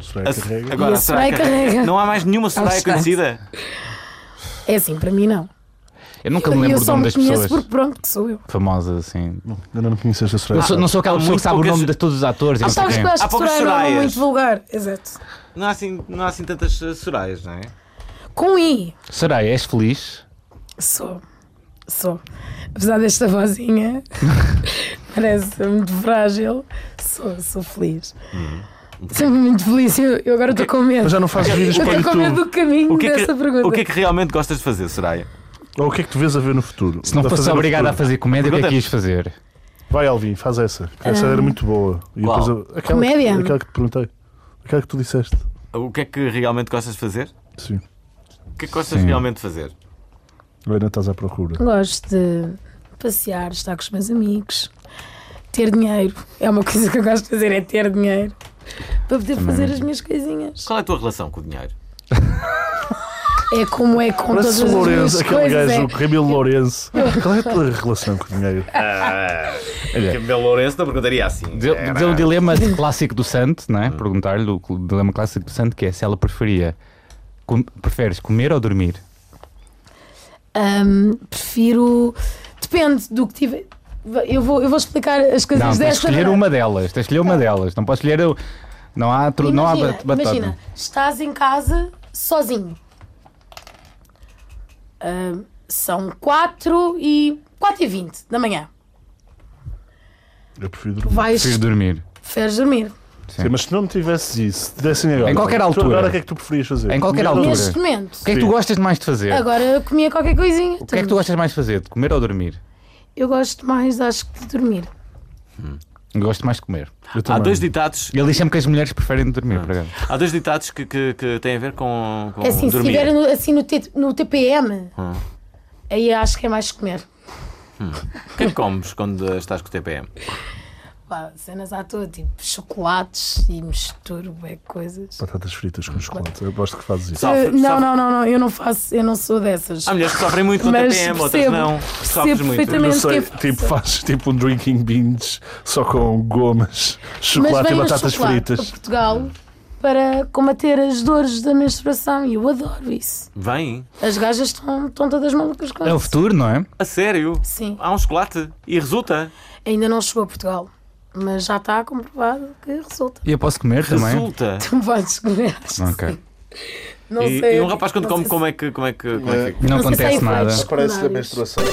Soraya a- carrega. agora, E a Soraya carrega. Não há mais nenhuma Soraya Alexandre. conhecida? É assim, para mim não. Eu nunca me lembro eu o só nome me das conheço pessoas porque pronto, que sou eu. famosas, assim. Ainda não conheces esta Soraya. Não sou, não sou aquela Há pessoa que muito sabe o poucas- nome de todos os atores. e não sei Ah, Sabes que quem. eu acho Há que poucas Soraya é um nome Sorayas. muito vulgar. Exato. Não há assim, não há assim tantas ah, Sorayas, não é? Com I. Soraya, és feliz? Sou. Sou. Apesar <laughs> desta vozinha, parece muito frágil, sou, sou feliz. Sempre muito feliz. Eu, eu agora estou com medo. Hum. Mas já não fazes vídeos Eu para o estou com medo YouTube. do caminho O que, é que, dessa pergunta. o que é que realmente gostas de fazer, Soraya? Ou o que é que tu vês a ver no futuro? Se não A fosse fazer no obrigado a futuro. fazer comédia, o que é que Pergunta- ias fazer? Vai, Alvin, faz essa. que Essa Ah. era muito boa. E Qual? depois a- aquela, Comédia? Aquela que te perguntei. Aquela que tu disseste. O que é que realmente gostas de fazer? Sim. O que é que gostas Sim. realmente de fazer? Ainda estás à procura. Gosto de passear, estar com os meus amigos, ter dinheiro. É uma coisa que eu gosto de fazer, é ter dinheiro. Para poder fazer as minhas coisinhas. Qual é a tua relação com o dinheiro? É como é com todas Parece as o Lourenço, minhas um aquele coisas. gajo, é. o Camilo Lourenço. Qual é a tua relação com o <laughs> dinheiro? Camilo Ah, Lourenço não perguntaria assim. Deu, deu um dilema de clássico do Santo, não é? Perguntar-lhe o cl- dilema clássico do Santo que é se ela preferia. com- preferes comer ou dormir? Ahm, prefiro. Depende do que tiver. Eu vou, eu vou explicar as coisas Não, tens de desta escolher maneira. uma delas. Tens de escolher uma delas. Não podes escolher. o- Não há, tru- não há Imagina, bat- batota. imagina, estás em casa sozinho. Ahm, são 4 e 4 e 20 da manhã. Eu prefiro dormir. Vais, Prefiro dormir. preferes dormir. Sim, mas se não me tivesses isso, se te dessem agora. Em qualquer tu altura. Agora o que é que tu preferias fazer? Em qualquer Comer ou- altura. Neste momento. O que é que tu Sim. gostas mais de fazer? Agora comia qualquer coisinha. O que é que tu gostas mais de fazer? De comer ou dormir? Eu gosto mais, acho que, de dormir. Gosto mais de comer. Eu Há também. dois ditados, Ele diz sempre que as mulheres preferem dormir. por acaso. há dois ditados que, que, que têm a ver com, com É assim, se dormir. estiver no, assim no, T- no TPM, Hum. aí acho que é mais comer. um- O que é que comes quando estás com o TPM? pá, cenas à toa, tipo chocolates e misturo, é coisas. Batatas fritas com chocolate. Eu gosto que fazes isso. Só- só- Eh, não, não, não, não, eu não faço, eu não sou dessas. Há mulheres que sofrem muito com Mas TPM, outras percebo, não. Sofres percebo muito. perfeitamente. Eu Mas sei, que- tipo, fazes tipo um drinking beans só com gomas, chocolate e vem batatas chocolate fritas. para Portugal para combater as dores da menstruação e eu adoro isso. Vem, As gajas estão estão todas malucas com É o isso. futuro, não é? a sério. Sim, Há um chocolate e resulta. ainda não chegou a Portugal, mas já está comprovado que resulta. <laughs> E eu posso comer também? Resulta. Tu me vais comer. Ok. Não E, sei. e um rapaz quando não come, sei como é que. Como é que, como é que... Não Não sei se há acontece efeitos. nada. Aparece da menstruação.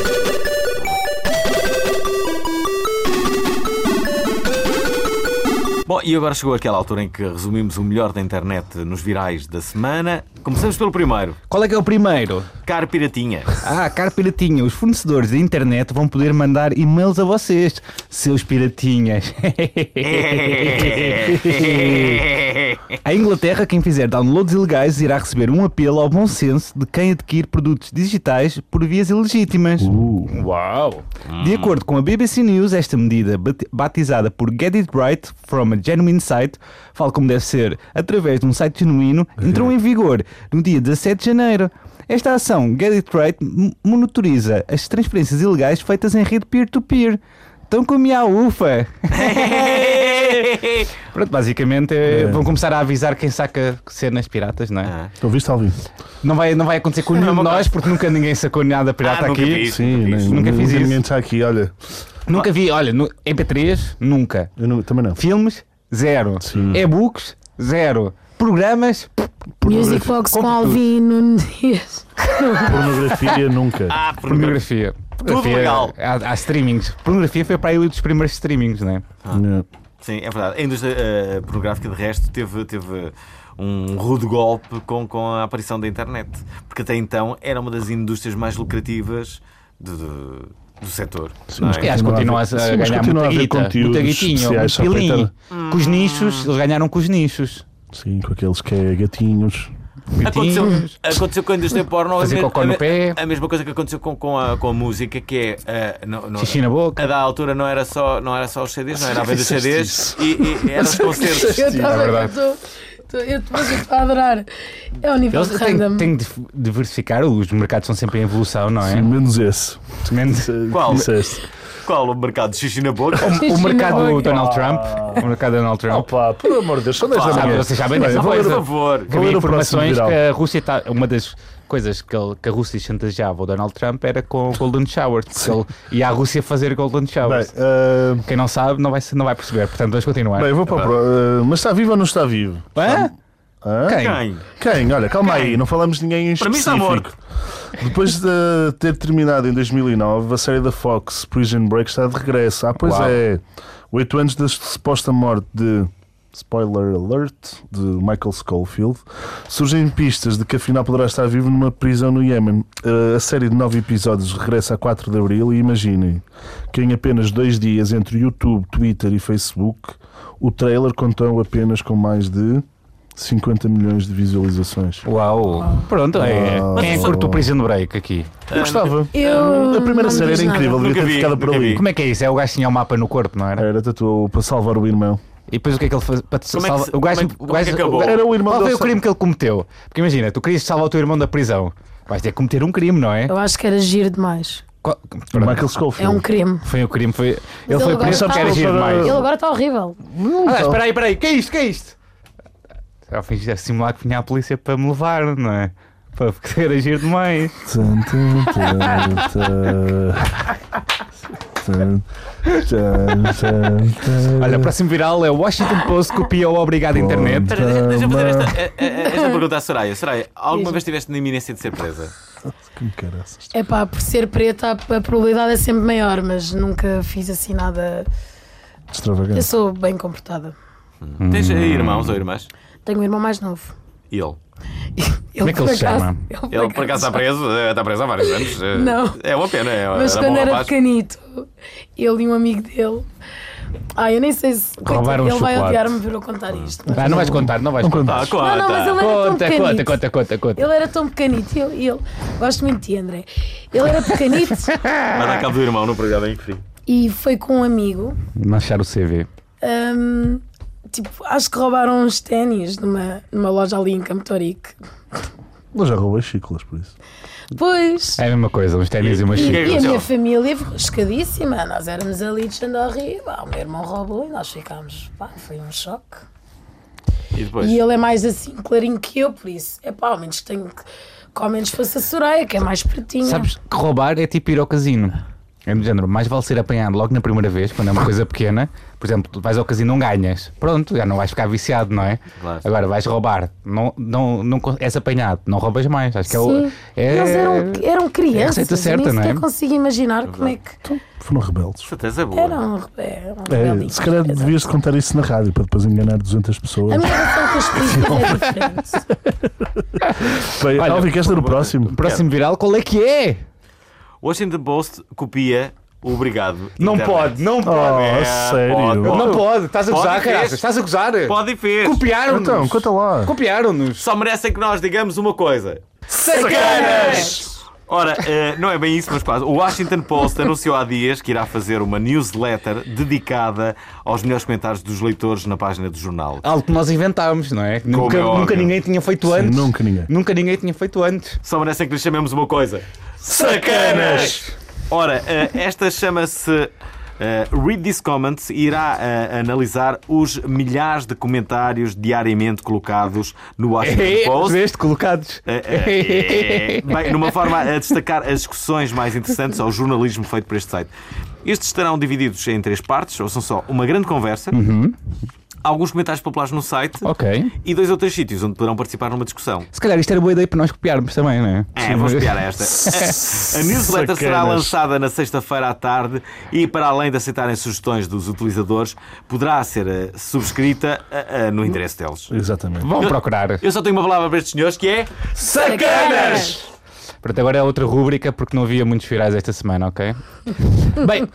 Bom, e agora chegou aquela altura em que resumimos o melhor da internet nos virais da semana. Começamos pelo primeiro. Qual é que é o primeiro? Caro Piratinha. Ah, caro piratinha, os fornecedores da internet vão poder mandar e-mails a vocês, seus piratinhas. A Inglaterra, quem fizer downloads ilegais irá receber um apelo ao bom senso de quem adquire produtos digitais por vias ilegítimas. Uau! De acordo com a BBC News, esta medida, bat- batizada por Get It Right from a Genuine Site, fala como deve ser, através de um site genuíno, entrou em vigor no dia 17 de janeiro. Esta ação, Get It Right, m- monitoriza as transferências ilegais feitas em rede peer-to-peer. Estão com a minha <laughs> ufa! Pronto, basicamente é, vão começar a avisar quem saca cenas piratas, não é? Ah. Não viste, Alvin? Não, vai, não vai acontecer com nenhum de uma nós, porque nunca ninguém sacou nada pirata Ah, nunca vi aqui. isso. Sim, Nunca nem, fiz. Nunca fiz isso. ninguém está aqui, olha. Nunca vi, olha, no MP3, nunca. Eu não- também não. Filmes, zero. Sim. E-books, zero. Programas, Music Box com Compre tudo. Alvin Nunes Dias. Ah. Pornografia <laughs> nunca. Ah, pornografia. pornografia. Pornografia, legal. Há, há streamings. Pornografia foi para aí um dos primeiros streamings, não é? Não. Sim, é verdade. A indústria eh, pornográfica, de resto, teve, teve um rude golpe com, com a aparição da internet. Porque até então era uma das indústrias mais lucrativas de- de- do setor. não mas é? E acho que continua a, Sim, mas ganhar continua a muita haver guita. conteúdos Muita guitinha, especiais muito só para pilinho. Com os nichos, eles ganharam com os nichos. Sim, com aqueles que é gatinhos. Aconteceu, Guitinhos. aconteceu com a indústria porno a Fazer me- cocó a no me- pé. A mesma coisa que aconteceu com, com, a, com a música, que é. ah, não- não- Xixi na boca. a da altura não era só, não era só os CDs, não era a venda de CDs e, e eram os concertos. <laughs> Eu estava. eu é verdade. tô- tô- Eu mas eu estou a adorar. É o nível Eles de têm, random. têm de dif- diversificar, os mercados são sempre em evolução, não é? Sim, menos esse. Menos- <laughs> Qual? Disseste. Qual o mercado de xixi na boca? o Xixi na mercado do boca. Donald Trump. O mercado do Donald Trump. Ah. Opa, por amor de Deus, são 10 da Sabe, manhã. vocês sabem Bem, dessa vou ler Por coisa. favor. Que havia Qual era o próximo informações viral? que a Rússia está. Uma das coisas que, ele- que a Rússia chantageava o Donald Trump era com o Golden Showers. Porque ele ia à Rússia fazer Golden Bem, Showers. ah, Quem não sabe não vai, se- não vai perceber. Portanto, vamos continuar. bem, vou para o próximo. Mas está vivo ou não está vivo? Hã? Hã? Quem? Quem? Quem? Olha, calma Quem? aí, não falamos de ninguém em Para mim está morto. específico. Depois de ter terminado em 2009, a série da Fox, Prison Break, está de regresso. Ah, pois Uau. é. Oito anos da suposta morte de. Spoiler alert de Michael Schofield. Surgem pistas de que afinal poderá estar vivo numa prisão no Iémen. Eh, a série de nove episódios regressa a 4 de abril e imaginem que em apenas dois dias entre YouTube, Twitter e Facebook, o trailer contou apenas com mais de 50 milhões de visualizações. Uau. Pronto, é. Uau. Quem é que Mas- curte o Prison Break aqui? Eu gostava. Eu a primeira não série diz era nada. incrível, devia Nunca ter vi, ficado por nunca vi. ali. Como é que é isso? É o gajo que tinha o mapa no corpo, não era? Era tatuou para salvar o irmão. E depois o que é que ele faz? Para te Como é que salvar- se- o gajo, como é que- o como é que gajo- acabou? o gajo- Era o irmão Qual foi dele o crime que ele cometeu? Porque imagina, tu querias salvar o teu irmão da prisão. Vais ter que cometer um crime, não é? Eu acho que era giro demais. Qual- O Pronto. Michael É Schofield. um crime. Foi o crime, foi. Ele ele foi agora preso porque está- era giro demais. Ele agora está horrível. Ah, espera aí, espera aí, que é isto, que é isto? Já fiz a simular que vinha a polícia para me levar, não é? Para porque era giro demais. Tum, tum, tum, tum. Tum, tum, tum. Olha, o próximo viral é o Washington Post copia o Obrigado Internet. Espera, deixa- Deixa-me fazer esta, eh, eh, esta pergunta à Soraya. Soraya, alguma vez estiveste na iminência de ser presa? Que caraças. É pá, por ser preta a a probabilidade é sempre maior, mas nunca fiz assim nada. Eu Extravagante. sou bem comportada. Hum. Tens eh, irmãos ou irmãs? Tenho um irmão mais novo. Ele. Como é que ele por se acaso- chama? Ele por acaso está preso, eh, está preso há vários anos. eh, Não. É uma pena, é Mas era quando bom era rapaz. pequenito, ele e um amigo dele. Ah, eu nem sei se. Roubaram ele um vai chocolate. odiar-me por eu contar isto. Ah, não vais contar, não Ah, vais Ah, contar. conta. Não, não, mas ele era tão Conta, pequenito. conta, conta, conta, conta. Ele era tão pequenito. e eu- e Ele, Gosto muito de ti, André. Ele era pequenito <laughs> Vai dar cabo do irmão no programa em que frio. e foi com um amigo. Manchar o CV. Hum, tipo, acho que roubaram uns ténis numa, numa loja ali em Campo Torique. Eu já roubei chiclas, por isso. Pois. É a mesma coisa, uns ténis e uma E, que é xícara. e a aconteceu? minha família ficou chocadíssima. Nós éramos ali de Xandorri, lá o meu irmão roubou e nós ficámos. Pá, foi um choque. E depois? E ele é mais assim clarinho que eu, por isso. É pá, ao menos tenho que. que Ao menos fosse a Soraya, que é mais pretinha. Sabes que roubar é tipo ir ao casino. É do género, mais vale ser apanhado logo na primeira vez, quando é uma coisa pequena. Por exemplo, tu vais ao casino e não ganhas. Pronto, já não vais ficar viciado, não é? Claro. Agora vais roubar, não, não, não con- és apanhado, não roubas mais. Acho que é o. Sim. um Eles eram, eram é a crianças. receita eu certa, nem não é? sequer consigo imaginar como é que. Foram rebeldes. Certeza boa. Eram eram É, rebelinhos. se calhar devias contar isso na rádio para depois enganar 200 pessoas. A minha relação com os políticos é diferente. Bem, Olha, Alvin, queres ler o próximo? um Próximo viral, qual é que é? Washington Post copia o Obrigado. Não Internet. pode, não Oh, pode. sério? pode, pode. Não pode, estás a Pode gozar, e fez. caraças, estás a gozar. Pode e fez. Copiaram-nos. Então, conta lá. Copiaram-nos. Só merecem que nós digamos uma coisa. Ora, eh, não é bem isso, mas quase. O Washington Post anunciou há dias que irá fazer uma newsletter dedicada aos melhores comentários dos leitores na página do jornal. Algo que nós inventámos, não é? Nunca, é óbvio. nunca ninguém tinha feito Sim, antes. nunca ninguém. Nunca ninguém tinha feito antes. Só merecem que lhes chamemos uma coisa. Sacanas! Ora, eh, esta chama-se eh, Read This Comments e irá eh, analisar os milhares de comentários diariamente colocados no É, Washington Post. Veste colocados. Eh, eh, eh, Bem, numa forma a destacar as discussões mais interessantes ao jornalismo feito por este site. Estes estarão divididos em três partes, ou são só uma grande conversa, alguns comentários populares no site Ok. e dois ou três sítios onde poderão participar numa discussão. Se calhar isto era boa ideia para nós copiarmos também, não é? É, vou espiar esta. A newsletter será Sacanas. lançada na sexta-feira à tarde e, para além de aceitarem sugestões dos utilizadores, poderá ser eh, subscrita eh, eh, no endereço deles. Exatamente. Vão procurar. Eu só tenho uma palavra para estes senhores que é. Sacanas! Pronto, agora é outra rúbrica porque não havia muitos virais esta semana, ok? <laughs> Bem,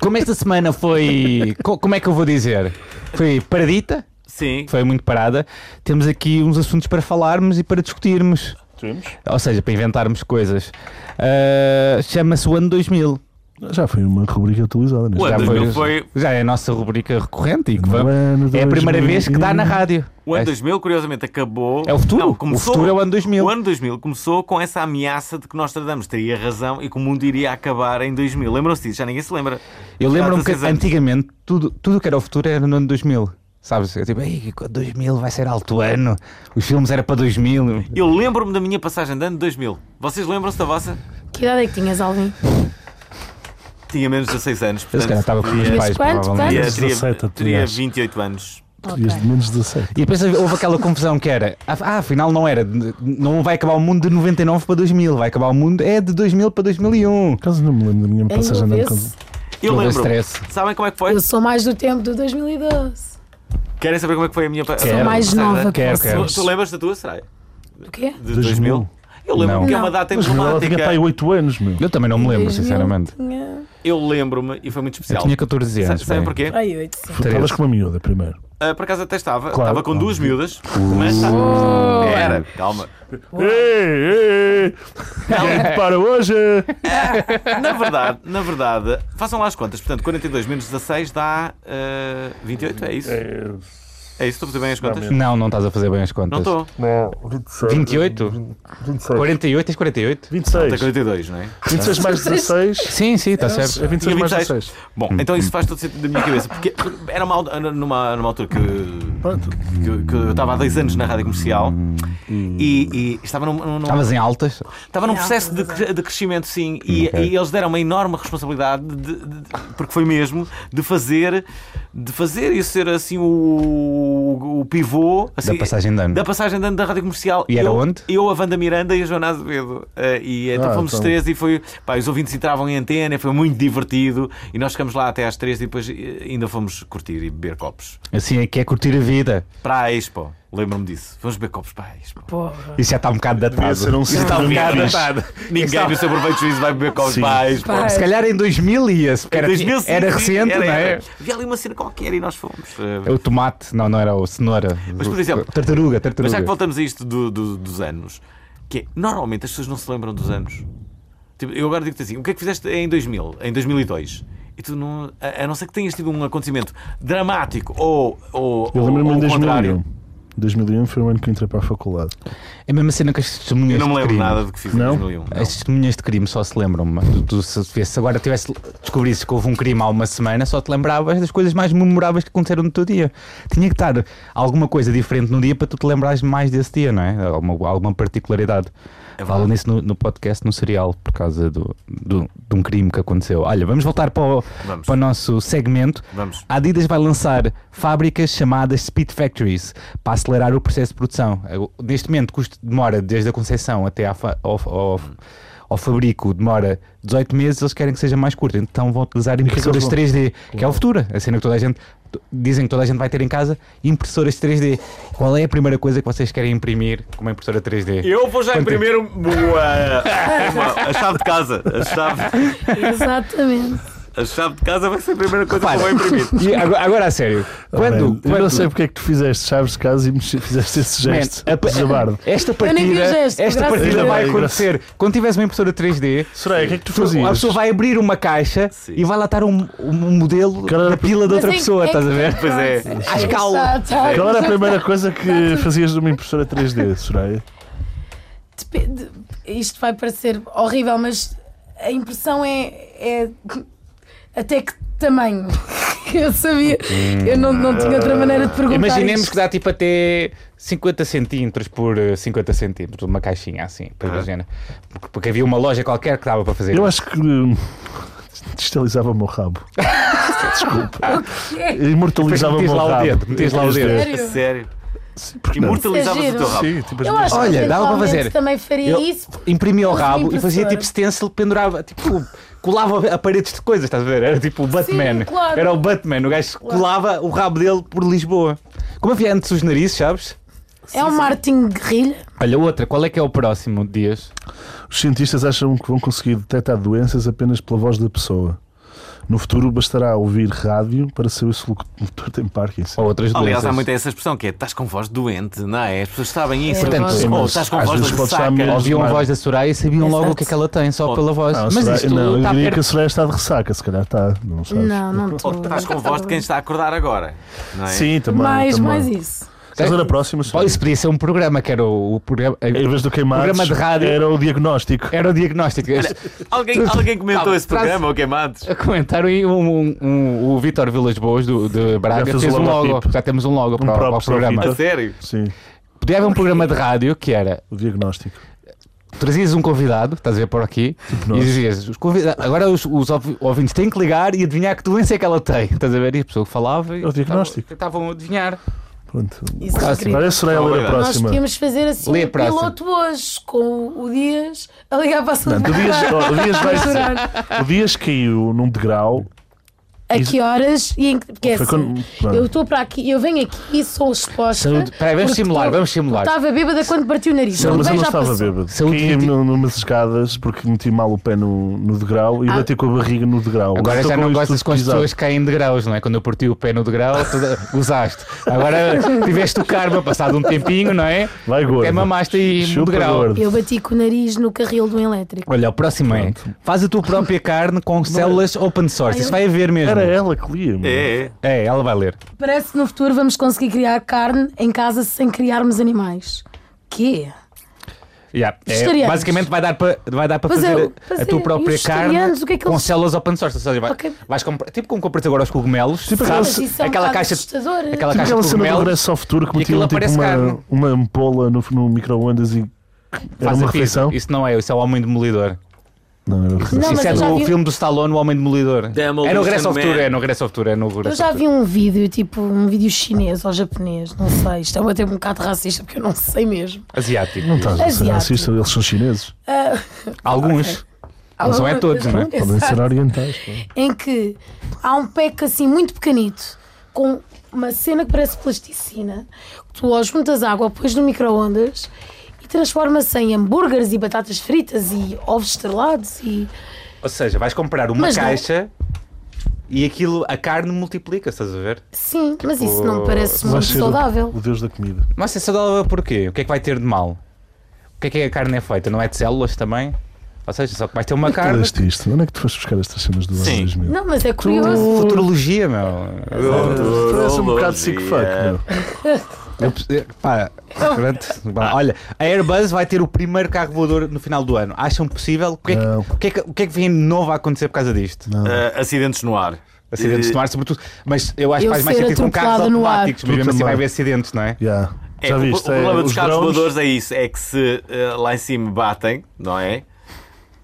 como esta semana foi. co- Como é que eu vou dizer? Foi paradita, Sim. foi muito parada. Temos aqui uns assuntos para falarmos e para discutirmos. Ou seja, para inventarmos coisas. Ah, Chama-se o ano 2000. Já foi uma rubrica utilizada, não O é? ano Já foi- 2000 foi. Já é a nossa rubrica recorrente e que No vamos- ano é a primeira 2000. vez que dá na rádio. O ano É- 2000, curiosamente, acabou. É o futuro. Não, o futuro é o ano 2000. O ano 2000 começou com essa ameaça de que Nostradamus teria razão e que o mundo iria acabar em 2000. Lembram-se disso? Já ninguém se lembra. Eu lembro-me que 16 anos. antigamente tudo tudo o que era o futuro era no ano 2000. Sabes? Eu tipo, "Ei, 2000 vai ser alto ano. Os filmes era para 2000. Eu lembro-me da minha passagem de ano 2000. Vocês lembram-se da vossa? <laughs> Que idade é que tinhas, Alvin? Tinha menos de 16 anos. Eu se calhar Portanto, estava com os meus pais, Mas quanto, provavelmente. teria, Menos de 17 teria, tu teria tinhas. 28 anos. Dias de menos 17. E depois houve aquela confusão que era, ah, afinal não era, de- não vai acabar o mundo de 99 para 2000, vai acabar o mundo é de 2000 para 2001. Por acaso não me lembro da minha Ainda passagem de vê-se. Eu Houve lembro. stress. Sabem como é que foi? Eu sou mais do tempo do 2012. Querem saber como é que foi a minha pa- Quero. Sou mais passagem de nova ano? que Quero, você. quero. Tu, tu lembras da tua, será? Do quê? De 2000? Eu lembro-me Não. que é uma Não. data Mas ela tinha pai um. emblemática. 8 anos, meu. Eu também não me lembro, 2000 sinceramente. Tinha... Eu lembro-me e foi muito Eu especial. tinha 14 Sa- anos. Sabem bem. porquê? Ai, <laughs> 800. Estavas com uma miúda primeiro. Ah, por acaso até estava. Claro. Uh. Estava com duas <laughs> miúdas. Mas. tá. Era, calma. Ei, ei, Quem é para hoje? Na verdade, na verdade, façam lá as contas. Portanto, 42 menos 16 dá ah, 28, é isso? É isso? Estou a fazer bem as contas? Não, não estás a fazer bem as Não contas. estou. Não, 26. 28? 26. 48? Tens 48? 26. Está 42, não é? 26 mais 16. Sim, sim, está certo. É 26 mais Hum, 16. Bom, então isso faz todo sentido da minha cabeça. Porque era uma, al- numa, numa altura que, Pronto. que, que eu estava há 10 anos na rádio comercial Hum. e, e estava num, num- num- Estavas em altas? estava num processo de, cre- de crescimento, sim. E, e eles deram uma enorme responsabilidade, de- de- porque foi mesmo, de fazer, de fazer isso ser assim o, o pivô assim, passagem de ano. Da passagem de ano da rádio comercial. E era eu, onde? Eu, a Wanda Miranda e a Joana Azevedo. Eh, e então Ah, fomos então. três e foi. Pá, os ouvintes entravam em antena, foi muito divertido. E nós ficamos lá até às três e depois eh, ainda fomos curtir e beber copos. Assim é que é curtir a vida. Para a Expo, lembro-me disso. Fomos beber copos para a Expo. Tá Porra. Isso já está um bocado datado. Devia ser um Isso está um sítio bocado fixe. datado. Ninguém no seu proveito juízo vai beber copos Sim. para a Expo. Pá, Ah, Se calhar em 2000 ia-se, porque era, 2005, era recente, era- não é? era. Havia ali uma cena qualquer e nós fomos. eh, O tomate, não, não era o cenoura. Mas, por exemplo, tartaruga, Mas tartaruga. é, já que voltamos a isto do- do- dos anos, que é, normalmente as pessoas não se lembram dos anos. Tipo, eu agora digo-te assim: o que é que fizeste em 2000, em 2002? E tu não, a, a não ser que tenhas tido um acontecimento dramático ou. ou Eu ou- lembro-me ou um. em o contrário. 2001. 2001 foi o ano que eu entrei para a faculdade. É a mesma cena que as Eu testemunhas não me de lembro crime. nada do que fiz Não? em 2001. não. As testemunhas de crime só se lembram. mas Tu, tu, se, tivesse- se agora tivesse descobrisses que houve um crime há uma semana, só te lembravas das coisas mais memoráveis que aconteceram no teu dia. Tinha que estar alguma coisa diferente no dia para tu te lembrares mais desse dia, não é? Alguma, alguma particularidade. É Falam nisso no, no podcast, no serial, por causa do, do- de um crime que aconteceu. Olha, vamos voltar para o, Vamos. para o nosso segmento. Vamos. A Adidas vai lançar fábricas chamadas Speed Factories para acelerar o processo de produção. Neste momento, custo demora desde a concessão até à fa- ao, ao- ao fabrico, demora 18 meses. Eles querem que seja mais curto, então vão utilizar impressoras 3D, que é Uhum. o futuro. A cena que toda a gente dizem que toda a gente vai ter em casa: impressoras 3D. Qual é a primeira coisa que vocês querem imprimir com uma impressora 3D? Eu vou já Quanto imprimir um- uma- a chave de casa. A chave, Exatamente. a chave de casa vai ser a primeira coisa que eu vou imprimir. E agora, agora a sério, Man, quando, Ah, eu não quando- sei porque é que tu fizeste chaves de casa e mexe- fizeste esse Man, gesto. a É- pa- Jabardo. esta nem vi o partida, gesto, esta graças a partida Deus. vai Ai, acontecer quando tiveres uma impressora 3D. Soraya, o que é que tu tu- a fazias? pessoa vai abrir uma caixa Sim. e vai lá estar um, um modelo Cara, da pila de outra Mas é em- pessoa, em- estás a ver? Pois é. Está, À escala. É está, Qual era a já primeira coisa que fazias de uma impressora 3D, Soraya? Depende- Isto vai parecer horrível, mas a impressão é, é até que tamanho. <laughs> Eu sabia, eu não, não tinha outra maneira de perguntar. Imaginemos isto. que dá tipo até 50 centímetros por eh, 50 centímetros, uma caixinha assim, Ah. para imagina. Porque- Porque havia uma loja qualquer que dava para fazer. Eu acho que hum, digitalizava o meu <laughs> rabo. Desculpa. Imortalizava o Metias meu lá o rabo. dedo, metias lá o dedo. Sério? Sério. Sim, porque não? Imortalizavas o Isso é teu giro. rabo. Sim, tipo as Eu minhas- acho Olha, que dava para eventualmente fazer. também faria Eu- isso. Imprimia o Usa rabo e fazia impressora. tipo stencil, pendurava, tipo, colava a paredes de coisas, estás a ver? Era tipo o Batman. claro. Era o Batman, o gajo colava o rabo dele por Lisboa. Como havia antes os narizes, sabes? É um Martin Guerrilha. Olha, outra, qual é que é o próximo, Dias? Os cientistas acham que vão conseguir detectar doenças apenas pela voz da pessoa. No futuro bastará ouvir rádio para saber se o locutor tem Parkinson. Ou outras doenças? Aliás, há muito essa expressão que é estás com voz doente, não é? As pessoas sabem isso. É, Portanto, Ou sim, mas estás com às voz vezes de pode estar ressaca. mesmo. Ouviam a Exato. voz da Soraya e sabiam logo o que é que ela tem, só Ou- pela voz. Ah, Mas será- isto tá não, eu está diria que a perto. Soraya está de ressaca, se calhar está, não sabes? <laughs> Não, não estou. Ou estás com voz de quem está a acordar agora. Não é? Sim, também. Mais, também. mais isso. Queres ler a É próxima? Pá, Soraya? Isso podia ser um programa que era o, o programa. Em vez do queimar, Programa de rádio. É. era o diagnóstico. Era o diagnóstico. Alguém, alguém comentou Calma, esse traz- programa, ou queimados? <laughs> Comentaram aí um, um- um- o Vitor Vilas Boas do, de Braga fez fez, o um logo. logotipo. Já temos um logo para, o- para próprio o só A programa. Vitor. sério? Sim, Podia haver um programa de rádio que era o diagnóstico. trazias um convidado, estás a ver por aqui, e Tipo nós. dizias, os convida- agora os, os ouvi- ouvintes têm que ligar e adivinhar que doença é que ela tem. Estás a ver? E a pessoa falava e É o diagnóstico. tentavam tentavam adivinhar. Pronto. Isso é Próximo. incrível. Agora é a Soraya a ler a Obrigado. Nós próxima. podíamos fazer assim Lê a um próxima. piloto hoje com o- o Dias a ligar para a Não, saúde. o Dias- o Dias vai- Chorar. O Dias caiu num degrau. A que horas e em que. Porque é Foi assim, quando- pronto. eu estou para aqui, eu venho aqui e sou exposta. Saúde. Espera aí, vamos porque simular, eu- vamos simular. eu Estava bêbada quando partiu o nariz. Não, mas eu Bem, não já estava passou. bêbado. Saúde Caí e- no- numas escadas porque meti mal o pé no, no degrau e Ah. bati com a barriga no degrau. Agora Estou já com não isto gostas tudo com as pisado. pessoas que caem de graus, não é? Quando eu parti o pé no degrau, tu <laughs> gozaste. Agora tiveste o karma, passado um tempinho, não é? Vai, gordo. Até mamaste aí no Chupa, degrau. gordo. Eu bati com o nariz no carril do elétrico. Olha, o próximo é: faz a tua própria carne com células open source. Isso vai haver mesmo. Era ela que lia. mano. É, é. É, ela vai ler. Parece que no futuro vamos conseguir criar carne em casa sem criarmos animais. Quê? Yeah. É, Vegetarianos. basicamente vai dar para vai dar para Pois é, fazer a- pois a é. tua E os própria carne vegetarianos, o que é que com eles- células open source. Ou seja, vai- Ok. vais comprar, tipo como compras agora os cogumelos, Mas sabes? isso é um aquela bocado caixa de- assustador. aquela Tipo caixa de aquela cena do cogumelos. regresso ao futuro que e aquilo metiam tipo aparece uma, carne. uma ampola no, no micro-ondas e. Era Faz uma sentido. refeição? Isso não é, isso é o Homem Demolidor. Não, era uma refeição. Não, mas isso é eu já do vi- filme do Stallone, o Homem Demolidor. Demolition é no Regresso ao Man. Futuro, é no Regresso ao Futuro, é no Eu Regresso já ao vi Futuro. um vídeo, tipo um vídeo chinês ou japonês, não sei. Isto é até um bocado racista porque eu não sei mesmo. Asiático. Não tá. estás a ser Asiático. racista, eles são chineses. Alguns. Não são é todos, não é? Podem ser orientais. pá. Em que há um pack assim muito pequenito, com uma cena que parece plasticina, que tu ou juntas água, pões no micro-ondas e transforma-se em hambúrgueres e batatas fritas e ovos estrelados e. Ou seja, vais comprar uma Mas não. caixa e aquilo, a carne multiplica, estás a ver? Sim, mas isso não Pô, parece Vai muito ser o- saudável. O deus da comida. Mas é saudável porquê? O que é que vai ter de mal? O que é que a carne é feita? Não é de células também? Ou seja, só que vais ter uma Tu carne. leste isto? Onde é que tu foste buscar estas cenas do ano Sim. 2000? Não, mas é curioso. Futurologia, meu. Parece um bocado sick fuck, meu. Eu, eu- pá, pronto, Ah. vá. olha, a Airbus vai ter o primeiro carro voador no final do ano. Acham possível? O que é que, Não. o que, é que, o que, é que vem de novo a acontecer por causa disto? é? Ah, acidentes no ar. Acidentes no ar, sobretudo. Mas eu acho que Eu faz mais ser sentido com carros atropelada no ar. automáticos, mas Tu mesmo assim também. vai haver acidentes, não é? Yeah. É, Já o- viste? O, problema é, dos os carros drones- voadores é isso: é que se eh, lá em cima batem, não é?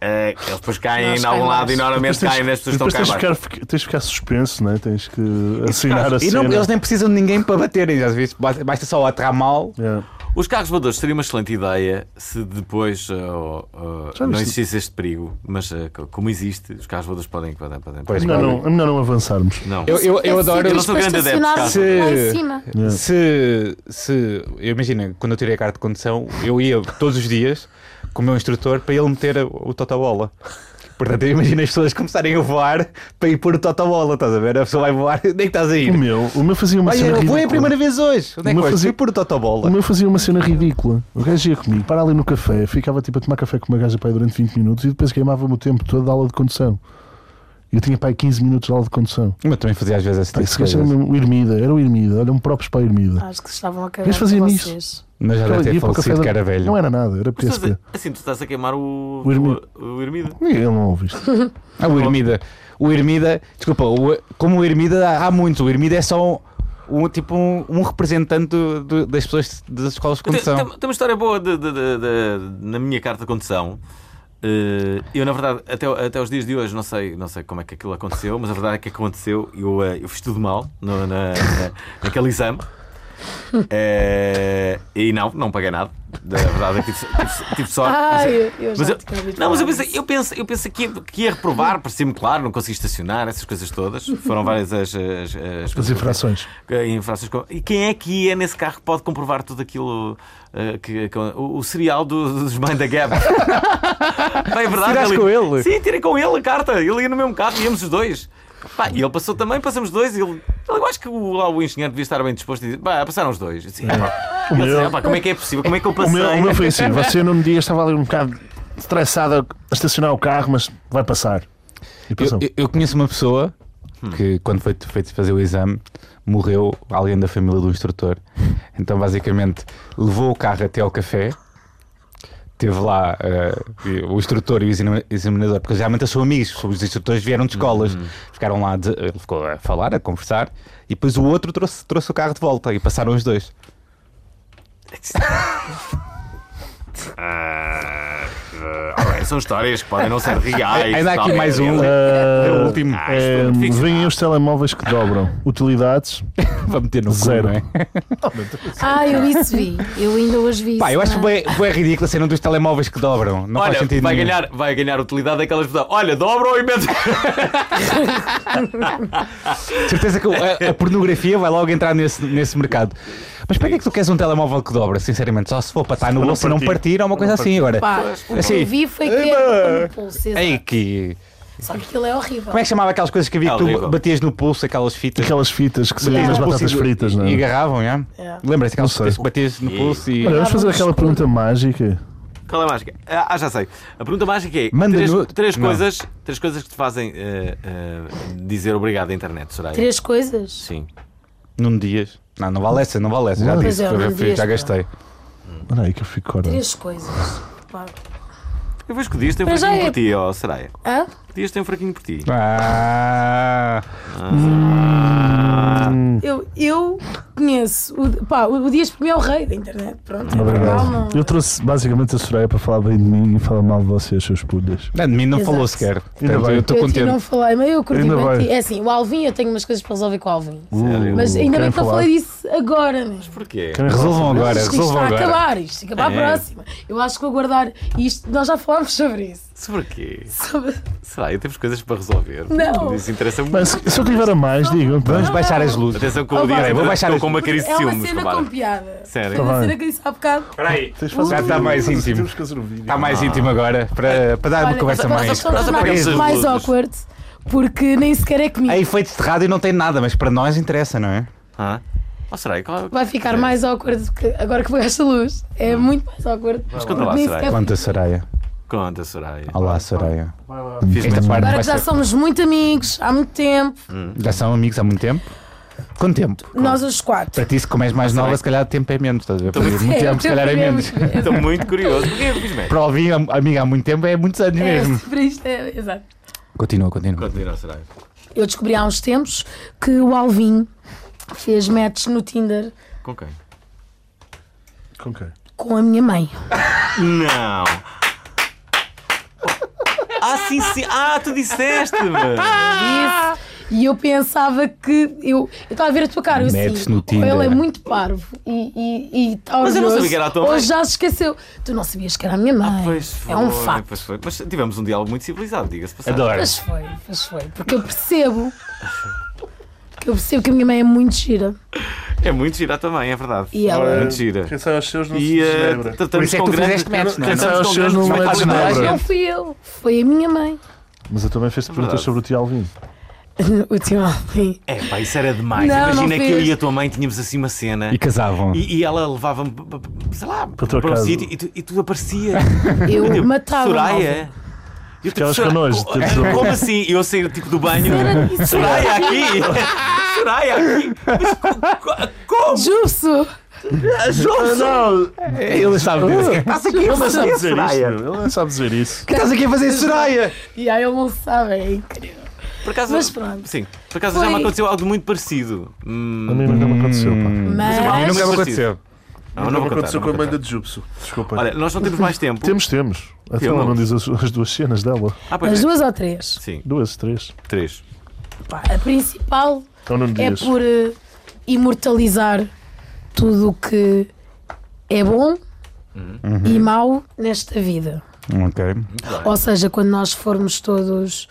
Eh, eles depois caem Nós em algum caem lado lá. e normalmente Mas tens- caem nas pessoas que depois estão tens, cá de embaixo. ficar, fica- tens de ficar suspenso, não é? Tens que assinar a E cena. não, eles nem precisam de ninguém para bater, às vezes basta basta só aterrar mal. Yeah. É Os carros voadores seria uma excelente ideia se depois eh, oh, oh, Já não viste? existisse este perigo, mas eh, co- como existe, os carros voadores podem. podem, podem, É podem. melhor não, é melhor não avançarmos. Não. Eu, eu, eu É adoro. Eu não sou simples grande para adepto, estacionar Cássio. Lá em cima. Yeah. Se, se eu imagino, quando eu tirei a carta de condução, eu ia todos os dias com o meu instrutor para ele meter a- o totobola. Portanto, eu imagino as pessoas começarem a voar para ir pôr o totobola, estás a ver? A pessoa vai voar, <laughs> nem que estás a O ir. meu, o meu fazia uma Olha, cena é eu voei a ridícula. primeira vez hoje. Onde é que Uma vais? fazia- Fui pôr o O totobola. meu fazia uma cena ridícula. O gajo ia comigo, para ali no café, ficava tipo a tomar café com uma gaja pai durante 20 minutos e depois queimava-me o tempo todo da aula de condução. Eu tinha pai 15 minutos de aula de condução. Mas também fazia às vezes esse Pá, tipo de esse gajo era coisas. mesmo o Ermida, era o Ermida, era um próprios para o Ermida. Acho que estavam a cagar Mas fazia com nisso. vocês. Mas já deve Ele ter ia para o café Ah. falecido da- que era velho. Não é era nada, era Mas estás PSP. a- assim, tu estás a queimar o, O Ermido. o, o Ermido. Ele não ouve isto. Ah, o Ermida. O Ermida, desculpa, o- como o Ermida há, há muitos, o Ermida é só um, um- tipo um, um representante do- do- das pessoas das escolas de Tem, tem, condução. tem uma história boa de- de- de- de- na minha carta de condução. Eh, Eu, na verdade, até, até os dias de hoje não sei, não sei como é que aquilo aconteceu, mas a verdade é que aconteceu. Eu, eh, eu fiz tudo mal no- na, na- naquele exame. Eh, e não, não paguei nada. Na verdade, eu tive, tive- tive sorte. Ai, eu, eu já Mas eu- tinha ouvido Não, mas eu falar pensei, disso. eu pensei, eu pensei que, ia, que ia reprovar, parecia-me claro, não consegui estacionar, essas coisas todas. Foram várias as, as, as coisas As que eu fiz. infrações. Em Francisco- E quem é que ia nesse carro que pode comprovar tudo aquilo eh, que, que- o, o cereal do- dos Mind the <laughs> Gap? Pá, é verdade, Tiraste com ele? Sim, tirei com ele a carta. Ele ia no mesmo carro, íamos os dois. Pá, e ele passou também, passamos dois. e Ele, eu acho que o, lá o engenheiro devia estar bem disposto e dizer: pá, passaram os dois. Eu disse, É. "Ah, pá." Eu disse, "Ah, pá, como é que é possível? Como é que eu O passei? meu, o meu foi <laughs> assim: você no dia estava ali um bocado estressado a estacionar o carro, mas vai passar. E Eu, passou. eu- eu conheço uma pessoa Hum. que, quando foi foi fazer o exame, morreu alguém da família do instrutor. Então, basicamente, levou o carro até ao café. Teve lá eh, o instrutor e o examina- examinador, porque geralmente eles são amigos, os instrutores vieram de escolas, Uhum. ficaram lá, de- ele ficou a falar, a conversar, e depois o outro trouxe, trouxe o carro de volta e passaram os dois. Ah, ah, alright, são histórias que podem não ser reais. Ainda há aqui tal. mais um, Ah, é o último, Ah, isto É, foi muito vêm os telemóveis que dobram. Utilidades. para meter no cu, Zero. não é? Ah, eu isso vi. Eu ainda hoje vi isso. é? Pá, eu acho na- bem, bem ridículo a cena dos telemóveis que dobram, não faz Olha, sentido vai nenhum. ganhar, vai ganhar utilidade daquelas pessoas. Olha, dobram e <laughs> metem. De certeza que a, a pornografia vai logo entrar nesse, nesse mercado. Mas para que é que tu queres um telemóvel que dobra, sinceramente? Só se for para estar no não bolso e não partir. partir ou uma coisa assim agora. Pá, o que Assim. eu vi foi que era com o pulso, exato. Ei, que. Só que aquilo é horrível. Como é que chamava aquelas coisas que havia É que tu horrível. batias no pulso, aquelas fitas? Aquelas fitas que saíam Batias das no pulso batatas e- fritas, não é E é? agarravam, já? É. Lembras-te aquelas Não sei. fitas que batias no pulso e. Olha, vamos fazer aquela pergunta mágica. Qual é a mágica? Ah, já sei. A pergunta mágica é: Manda três, no- três Não. coisas, três coisas que te fazem eh, eh, dizer obrigado à internet, Soraya. Três coisas. Sim. Num dias. Não, não vale essa, não vale essa. Já Pois disse, é, já, num fiz, dias, já pá. gastei. Olha aí que eu fico corda. Três coisas. Pá. Eu vejo que o Dias tem um Mas já fraquinho é- por ti, ó Soraya. Hã? O Dias tem um fraquinho por ti. Ah, Hum, Eu, eu conheço. O, pá, o o Dias para mim é o rei da internet. Pronto, é normal, não- Obrigado. Eu trouxe basicamente a Soraya para falar bem de mim e falar mal de vocês, seus pulhas. não, de mim não Exato. falou sequer. Portanto, bem. eu estou Eu te não contente. falei, mas eu curti Ainda bem bem. ti. É assim, o Alvin, eu tenho umas coisas para resolver com o Alvin. Sério? Mas Uh, ainda bem querem que não falei disso agora mesmo. Porquê? Querem Resolvam falar agora, isto isto resolvam está a agora. acabar, isto acaba É. à próxima. Eu acho que vou guardar isto. Nós já falámos sobre isso. Sobre quê? Sobre- Soraya, temos coisas para resolver. Não. Isso interessa muito. Mas se se eu tiver a mais, digam. tá? Vamos baixar as luzes. Atenção que o Oh, Dias vai. vou Vou baixar estou as- com uma crise É de uma ciúmes, cena compadre. com piada. É Sério. Tá uma bem. cena que eu disse há bocado. Tens de fazer Já está um- mais temos- íntimo. Temos que fazer um vídeo. Está Tá mais íntimo agora, para, para dar É uma Olha, conversa agora mais. só estamos Nós mais- apagamos as mais luzes. awkward porque nem sequer é comigo. A efeitos de rádio não tem nada, mas para nós interessa, não é? Hã? Ó Soraya, qual... Vai ficar É. mais awkward que agora que pagaste a luz. É muito mais awkward. Mas conta lá, Soraya. Quanta sereia. Conta, Soraya. Olá, Soraya. Fiz Esta bem. parte Agora vai que já ser... somos muito amigos, há muito tempo, já são amigos há muito tempo? Quanto tempo? nós os quatro. Para ti, se comes mais nova, se calhar o tempo é menos, estás a ver? Para Também- <laughs> ti, muito tempo, se calhar é menos. Estou muito curioso. Porquê eu fiz bem? Para ouvir am- amiga há muito tempo é muitos anos É, <laughs> mesmo. para isto é, exato. Continua, continua. Continua, Soraya. Eu descobri há uns tempos que o Alvin fez match no Tinder Com quem? Com quem? com a minha mãe. Não. Ah, sim, sim. Ah, tu disseste-me. Ah! E eu pensava que. Eu eu estava a ver a tua cara. Eu Metes assim, no "Oh, Tinder." ele é muito parvo e- e e está Mas eu não orgulhoso. sabia que era a tua Ou mãe. Ah, já se esqueceu. Tu não sabias que era a minha mãe. Pois foi, é um fato. Pois foi. Mas tivemos um diálogo muito civilizado, diga-se passar. Adoro. Pois foi, pois foi. Porque eu percebo. Porque eu percebo que a minha mãe é muito gira. É muito gira também, é verdade. E ela- É Ora, muito gira. Quem sai aos seus não E se eh, desnebra. tratamos Por isso é que com tu grande... fizeste match, não é? tratamos Aos com seus grande não vai responsabilidade. desnebra. Não fui eu, foi a minha mãe. <laughs> Mas eu também fiz perguntas É verdade. sobre o tio Alvin. Ultimamente. É pá, isso era demais. Não, Imagina não que fez. eu e a tua mãe tínhamos assim uma cena. E casavam. E, e ela levava-me, p- p- sei lá, para, tua um casa. sítio e tu, e tu aparecias. Eu matava. Soraya. é? Eu, tipo, Ficavas connosco, co- <laughs> tipo, como assim? E Eu sair tipo do banho. Era isso. Soraya <laughs> aqui! Soraya aqui! Mas co- co- como? assim, Justo! Não, Ele sabe Uh. disso. O que é que Estás aqui ele não sabe fazer, dizer isto, Soraya? meu. Ele não sabe dizer isso. estás aqui a fazer, Soraya? E aí ele não sabe, é incrível. Por acaso, Mas pronto. Sim, por acaso já Foi. me aconteceu algo muito parecido. Hum, A mim nunca me aconteceu, pá. A mim Mas. nunca me aconteceu. não, não Nunca me vou contar, não aconteceu com a vou mãe da contar. Hum. Jupso. Desculpa. Olha, nós não temos mais tempo. Temos, temos. Até ela Temos. não diz as, as duas cenas dela. Ah, pois As é. duas ou três. Sim, Duas, três. três. Pá, a principal Então não é diz. por eh, imortalizar tudo o que é bom Uhum. e mau nesta vida. Ok. Ou seja, quando nós formos todos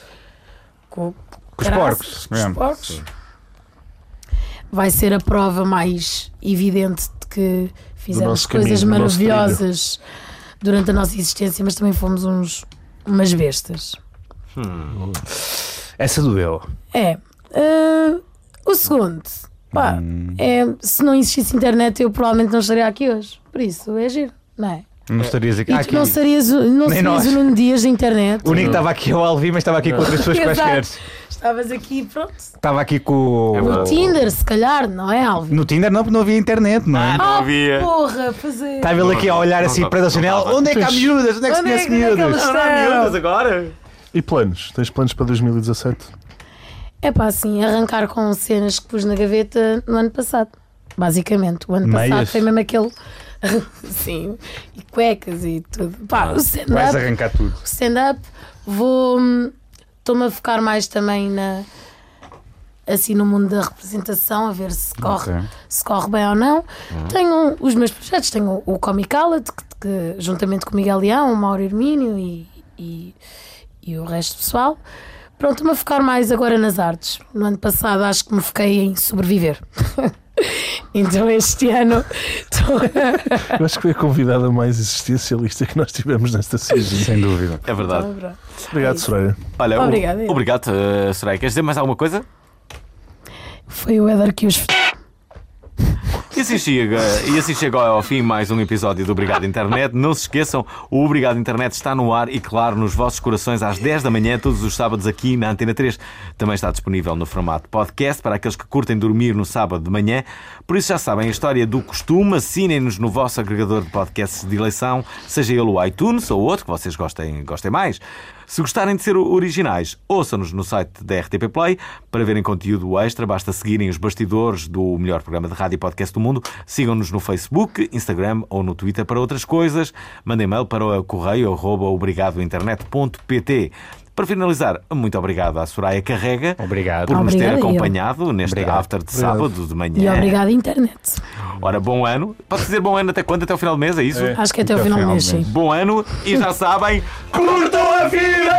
com, Com os porcos. os mesmo. porcos, vai ser a prova mais evidente de que fizemos nosso coisas caminho, do nosso maravilhosas durante a nossa existência, mas também fomos uns umas bestas. Essa doeu. É. ah, o segundo, pá, Hum. Hum. é, se não existisse internet, eu provavelmente não estaria aqui hoje. Por isso, é giro, não é? Não estarias aqui. E Ah, tu aqui. não serias, o- não Nem serias nós. o Nuno Dias da internet. O único que estava aqui é o Alvin, mas estava aqui com outras pessoas Exato. quaisquer. Estavas aqui, pronto. Estava aqui É com. No Tinder, se calhar, não é, Alvin? No Tinder não, porque não havia internet, não Ah, é? Não havia. Porra, é. fazer. Tá Estava ele aqui a olhar Não assim dá- para a não janela. dava. Onde é que há miúdas? Onde é que se Onde é conhece que- onde é que miúdas? elas- Não há miúdas agora? E planos? Tens planos para 2017? É pá, assim, arrancar com cenas que pus na gaveta no ano passado. Basicamente, o ano Meias? passado foi mesmo aquele. <laughs> Sim, e cuecas e tudo. Pá, Ah, o Vais stand-up. arrancar tudo. O stand-up, vou. Estou-me a focar mais também na. Assim, no mundo da representação, a ver se corre, Ok. se corre bem ou não. Tenho os meus projetos, tenho o Comic Outlet, que, que juntamente com o Miguel Leão, o Mauro Hermínio e, e, e o resto do pessoal. Pronto, estou-me a focar mais agora nas artes. No ano passado acho que me foquei em sobreviver. <laughs> então este ano <laughs> estou a- Eu acho que foi a convidada mais existencialista que nós tivemos <laughs> nesta season. Sem dúvida. É verdade. Obrigado, Soraya. Olha, o- Obrigada, eu. obrigado, eh, Soraya. Queres dizer mais alguma coisa? <laughs> Foi o Éder que os. E assim, chega, e assim chega ao fim mais um episódio do Obrigado Internet. Não se esqueçam, o Obrigado Internet está no ar e, claro, nos vossos corações às 10 da manhã, todos os sábados aqui na Antena 3. Também está disponível no formato podcast para aqueles que curtem dormir no sábado de manhã. Por isso já sabem a história do costume. Assinem-nos no vosso agregador de podcasts de eleição, seja ele o iTunes ou outro que vocês gostem, gostem mais. Se gostarem de ser originais, ouçam-nos no site da RTP Play. Para verem conteúdo extra, basta seguirem os bastidores do melhor programa de rádio e podcast do mundo. Sigam-nos no Facebook, Instagram ou no Twitter para outras coisas. Mandem mail para o correio arroba obrigadointernet.pt. Para finalizar, muito obrigado à Soraya Carrega Obrigado. por nos ter Obrigada eu. acompanhado neste Obrigado. after de sábado de manhã. E obrigado, internet. Ora, bom ano. Posso dizer bom ano até quando? Até o final do mês, é isso? Acho que até o final do mês, sim. Bom ano e já sabem, curtam a vida!